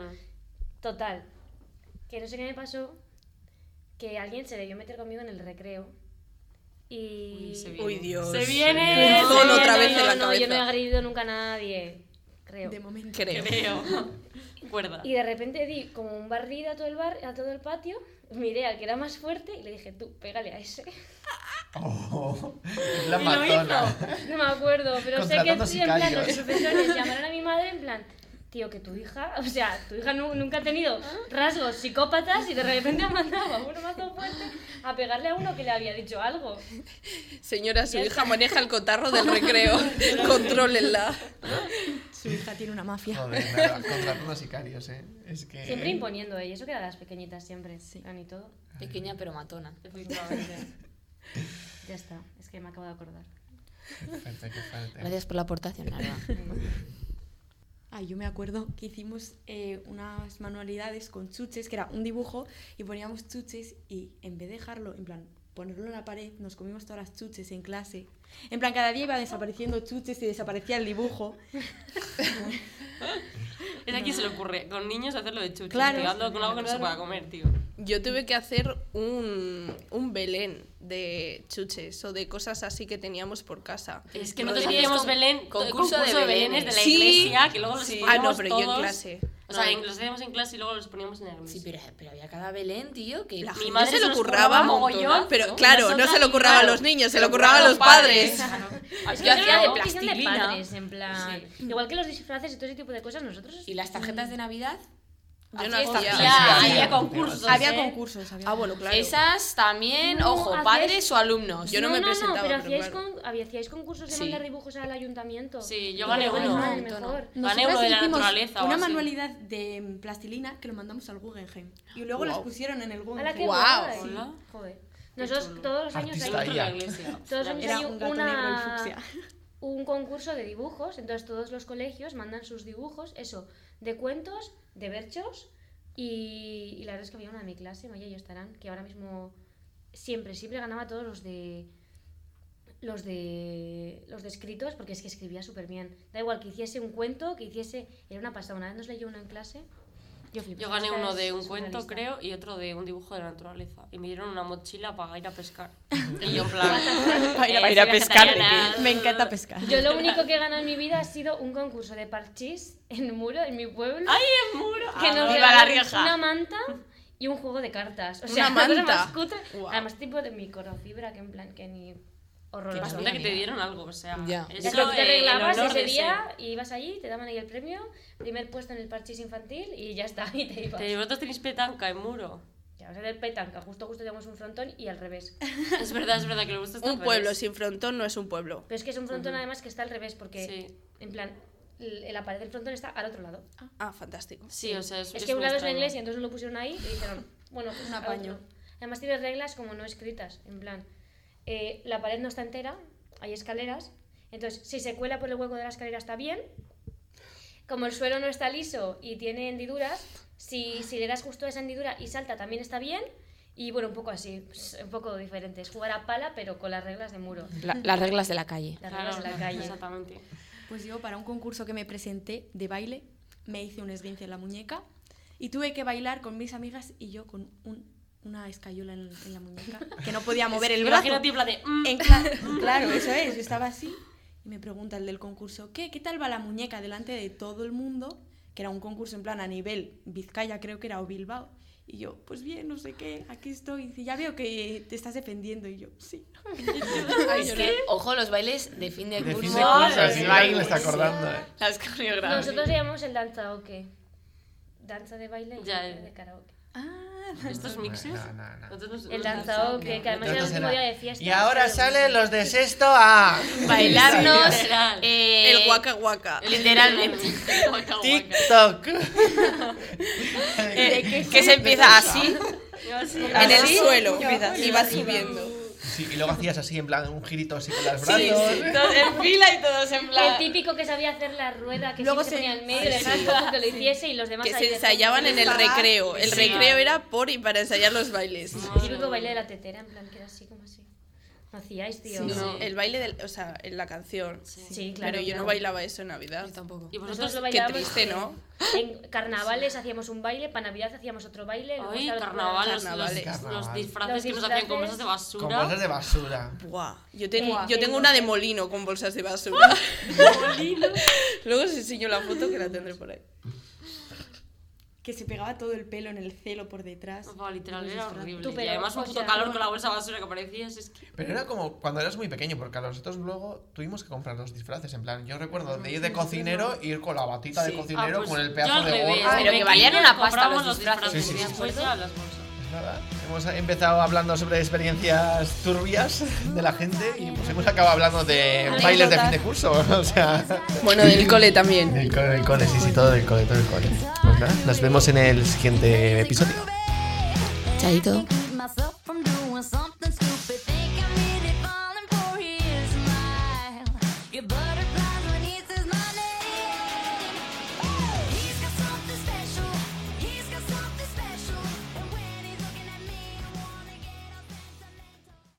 S8: Total, que no sé qué me pasó, que alguien se debió meter conmigo en el recreo. Y.
S10: se viene. Uy, Dios.
S8: Se
S10: Se
S8: viene.
S10: viene.
S8: se
S10: Todo
S8: viene.
S10: otra vez en la
S8: no, no, yo no he
S10: cabeza.
S8: agredido nunca a nadie. Creo.
S11: De momento.
S7: [LAUGHS]
S10: Creo.
S7: Creo. Cuerda.
S8: Y de repente di como un barrido a todo el bar, a todo el patio, miré al que era más fuerte y le dije, tú, pégale a ese.
S1: La
S8: Y lo
S1: matona.
S8: hizo. No me acuerdo, pero sé que
S1: Contratando
S8: sí, en plan, los
S1: sicarios.
S8: profesores llamaron a mi madre en plan, tío, que tu hija, o sea, tu hija nu- nunca ha tenido rasgos psicópatas y de repente ha mandado a uno más fuerte a pegarle a uno que le había dicho algo.
S10: Señora, su
S8: Ya
S10: hija
S8: está.
S10: maneja el cotarro del recreo. Contrólenla.
S11: Su hija tiene una mafia.
S1: Joder, nada, contratando sicarios, ¿eh? Es que...
S8: Siempre imponiendo, ¿eh? Y eso que eran las pequeñitas siempre, eran y todo.
S2: Pequeña pero matona.
S8: Ya está, es que me acabo de acordar.
S1: Qué fuerte, qué fuerte.
S2: Gracias por la aportación, Alba.
S11: Ah, yo me acuerdo que hicimos eh, unas manualidades con chuches, que era un dibujo, y poníamos chuches y en vez de dejarlo, en plan, ponerlo en la pared, nos comimos todas las chuches en clase. En plan, cada día iba desapareciendo chuches y desaparecía el dibujo.
S7: Es a quién se le ocurre con niños hacerlo de chuches.
S11: Claro.
S7: Pegando con algo que no se
S11: Claro.
S7: pueda comer, tío.
S10: Yo tuve que hacer un, un belén de chuches o de cosas así que teníamos por casa.
S7: Es que nosotros hacíamos Belén, concurso, de Belénes de la
S10: Sí.
S7: iglesia, que luego los
S10: Sí. Ah,
S7: poníamos
S10: no, pero yo
S7: todos.
S10: en clase.
S7: O
S2: No,
S7: sea,
S2: en-
S7: los hacíamos en clase y luego los poníamos en el
S2: Sí, pero, pero había cada Belén, tío, que...
S6: [LAUGHS]
S10: La
S2: Mi
S10: gente
S2: madre
S10: se lo
S2: nos
S10: curraba
S2: mogollón,
S10: montón, pero
S2: ¿no?
S10: claro, no
S2: Nosotras
S10: se lo
S2: ni-
S10: curraba a
S2: claro,
S10: los niños, se
S2: lo
S10: lo curraba a los padres.
S8: Es que
S2: Yo
S8: es
S2: hacía de
S8: algo que son
S2: plastilina.
S8: padres, en plan. Igual que los disfraces y todo ese tipo de cosas, nosotros.
S2: ¿Y las tarjetas de Navidad?
S10: Yo no
S2: Hacías-
S10: hacía.
S2: hacía-
S10: Sí, sí,
S2: había
S10: hacía.
S2: concursos,
S11: había
S2: ¿eh?
S11: concursos. Había
S10: Ah, bueno, claro.
S2: Esas también,
S8: No,
S2: ojo,
S8: hacías-
S2: padres o alumnos.
S10: Yo no me presentaba,
S8: No, pero
S10: pero
S8: hacíais,
S10: claro.
S8: con- había- hacíais concursos de
S2: Sí.
S8: mandar dibujos al ayuntamiento.
S7: Sí, yo
S8: Y
S7: gané
S8: que
S7: uno.
S8: ganaba el
S7: No, no.
S8: mejor.
S7: Gané
S11: Nosotras
S7: uno de la
S11: hicimos
S7: naturaleza o
S11: Una
S7: así.
S11: manualidad de mm, plastilina que lo mandamos al Guggenheim. Y luego las
S10: Guau.
S11: pusieron en el
S8: A la
S11: Guggenheim.
S8: que guay.
S11: Sí.
S7: Hola.
S8: Joder. Nosotros todos los años
S1: Artista
S8: hay,
S1: ella.
S7: la iglesia.
S8: todos los años
S11: Era
S8: hay
S11: un gato negro y
S8: una,
S11: fucsia.
S8: un concurso de dibujos, entonces todos los colegios mandan sus dibujos, eso, de cuentos, de berchos, y, y la verdad es que había una de mi clase, Maya y estarán, que ahora mismo siempre, siempre ganaba todos los de los de los de escritos porque es que escribía súper bien da igual que hiciese un cuento que hiciese era una pasada una vez nos leyó uno en clase yo, flipé.
S7: Yo gané
S8: Esta
S7: uno
S8: es
S7: de un cuento,
S8: surrealista.
S7: creo, y otro de un dibujo de la naturaleza. Y me dieron una mochila para ir a pescar. [LAUGHS] Y yo en plan...
S11: [LAUGHS] Para ir a-
S7: eh,
S11: para ir a
S7: soy
S11: pescar.
S7: vegetariana.
S11: Me
S7: [LAUGHS]
S11: encanta pescar.
S8: Yo lo único que he ganado en mi vida ha sido un concurso de parchís en muro, en mi pueblo.
S7: ¡Ay, el muro!
S8: que
S7: Ah,
S8: nos
S7: viva la
S8: regalaron
S7: Rioja.
S8: una manta y un juego de cartas. O
S10: Una
S8: sea, cosa
S10: manta.
S8: más cutre.
S10: Guau.
S8: Además, tipo de microfibra, que en plan, que ni horroroso.
S7: Bastante que te dieron algo, o sea...
S2: Ya.
S8: Ya
S7: Eso,
S8: sabes, te
S7: eh, el
S8: arreglabas
S7: honor
S8: ese
S7: de
S8: día, y ibas allí, te daban ahí el premio, primer puesto en el parchís infantil y ya está, [LAUGHS] y te
S7: ser-
S8: ibas.
S7: Te- Vosotros tenéis petanca en
S8: [LAUGHS]
S7: muro.
S8: Ya, o sea, del petanca, justo justo teníamos un frontón y al revés.
S7: Es verdad, es verdad que lo gusta
S10: Un pueblo sin frontón no es un pueblo.
S8: Pero es que es un frontón además que está al revés, porque
S7: Sí.
S8: en plan, l- la pared del frontón está al otro lado.
S10: Ah, fantástico.
S7: Sí, o sea, es,
S8: Es
S7: es
S8: que un
S7: muy
S8: lado es la
S7: extraño.
S8: iglesia, entonces lo pusieron ahí y dijeron,
S7: [LAUGHS]
S8: bueno, pues
S11: Un
S8: al
S11: apaño.
S8: otro. Además tiene reglas como no escritas, en plan, eh, la pared no está entera, hay escaleras, entonces si se cuela por el hueco de la escalera está bien, como el suelo no está liso y tiene hendiduras, si, si le das justo a esa hendidura y salta también está bien, y bueno, un poco así, pues, un poco diferente, es jugar a pala pero con las reglas de muro,
S2: las reglas de la calle.
S8: las
S7: Claro,
S8: reglas de la
S7: [LAUGHS]
S8: calle.
S7: Exactamente.
S11: Pues yo para un concurso que me presenté de baile me hice un esguince en la muñeca y tuve que bailar con mis amigas y yo con un- una escayola en, en la muñeca que no podía mover el brazo.
S7: Imagínate en plan de... mm, [LAUGHS]
S11: En Eh, cla- claro, eso es, yo estaba así y me pregunta el del concurso, ¿qué, ¿qué tal va la muñeca delante de todo el mundo? Que era un concurso en plan a nivel Vizcaya creo que era o Bilbao. Y yo, pues bien, no sé qué, aquí estoy. Y dice, ya veo que te estás defendiendo. Y yo, sí.
S2: [LAUGHS] Es que, ojo, los bailes de fin de
S1: De
S2: curso.
S1: fin de curso,
S2: los
S1: así nadie
S2: bailes.
S1: me está acordando, ¿eh?
S2: Las coreografías.
S8: Nosotros llamamos el danzaoke, danza de baile y
S7: Ya, eh.
S8: baile
S7: ya.
S8: de karaoke.
S7: Ah. ¿Estos mixes?
S1: No, no, no.
S7: Nosotros nos-
S8: El
S7: nos
S8: danzao, que, que además era el
S1: Entonces
S8: último día
S1: era,
S8: de fiesta.
S1: Y ahora
S8: pero-
S1: salen los de sexto A.
S2: Bailarnos.
S7: [LAUGHS] Literal.
S2: eh,
S10: El guaca guaca.
S2: Literalmente.
S7: Guaca, guaca.
S1: TikTok.
S2: Eh, que se empieza así.
S7: Yo sí.
S10: En el
S2: Sí.
S10: suelo y va subiendo.
S1: Sí, y luego hacías así, en plan, un girito así con las brazos.
S2: Sí, sí, todos en fila y todos en
S8: El
S2: plan.
S8: típico que sabía hacer la rueda, que
S11: Luego
S8: siempre se
S11: se-
S8: ponía en medio,
S11: Ay,
S8: le
S11: sí.
S8: dejaba que lo hiciese y los demás
S10: Que
S8: ahí
S10: se
S8: de-
S10: ensayaban en el recreo. El
S7: Sí.
S10: recreo era por y para ensayar los bailes.
S8: El típico baile de la tetera, en plan, que era así como así. ¿Lo hacíais, tío?
S10: Sí, sí. El baile, del, o sea, en la canción. Sí,
S8: claro,
S10: Pero yo
S8: claro.
S10: no bailaba eso en Navidad. Yo
S8: tampoco.
S10: Y
S8: Nosotros
S10: vosotros,
S8: lo
S10: qué
S8: bailábamos
S10: triste,
S8: en-
S10: ¿no?
S8: En carnavales hacíamos un baile, para Navidad hacíamos otro baile. luego
S7: Ay,
S8: estaba el
S7: carnaval, los-
S8: carnaval.
S7: los- los
S1: Carnaval.
S7: disfraces que nos hacían con bolsas de basura.
S1: Con bolsas de basura.
S10: Buah. Yo, tengo-
S7: Buah.
S10: yo tengo una de molino con bolsas de basura. [LAUGHS] ¿Molino? Luego os enseño la foto que la tendré por ahí.
S11: Que se pegaba todo el pelo en el celo por detrás.
S7: Buah, literal,
S11: Los
S7: era
S11: disfraces.
S7: horrible. y además un puto calor con la bolsa de basura que aparecías. Es que...
S1: Pero era como cuando eras muy pequeño, porque a nosotros luego tuvimos que comprar los disfraces. En plan, yo recuerdo de ir de cocinero, ir con la batita de
S7: Sí.
S1: cocinero,
S7: Ah, pues
S1: con el
S7: yo
S1: pedazo
S7: al
S1: de
S7: revés.
S1: gorro.
S7: Ah,
S2: Pero que valían una
S7: Pequeños
S2: pasta
S7: comprábamos
S2: los
S7: los
S2: disfraces.
S7: disfraces,
S1: Sí, sí,
S7: y
S1: sí,
S7: después
S1: sí.
S7: ya las bolsas.
S1: Es verdad. Hemos empezado hablando sobre experiencias turbias de la gente y pues hemos acabado hablando de
S10: Anécdotas.
S1: bailes de fin de curso. [LAUGHS] O sea.
S10: Bueno, del cole también.
S1: Del cole, del cole, sí, sí, todo del cole, todo del cole. Pues nada, nos vemos en el siguiente episodio.
S2: Chaito.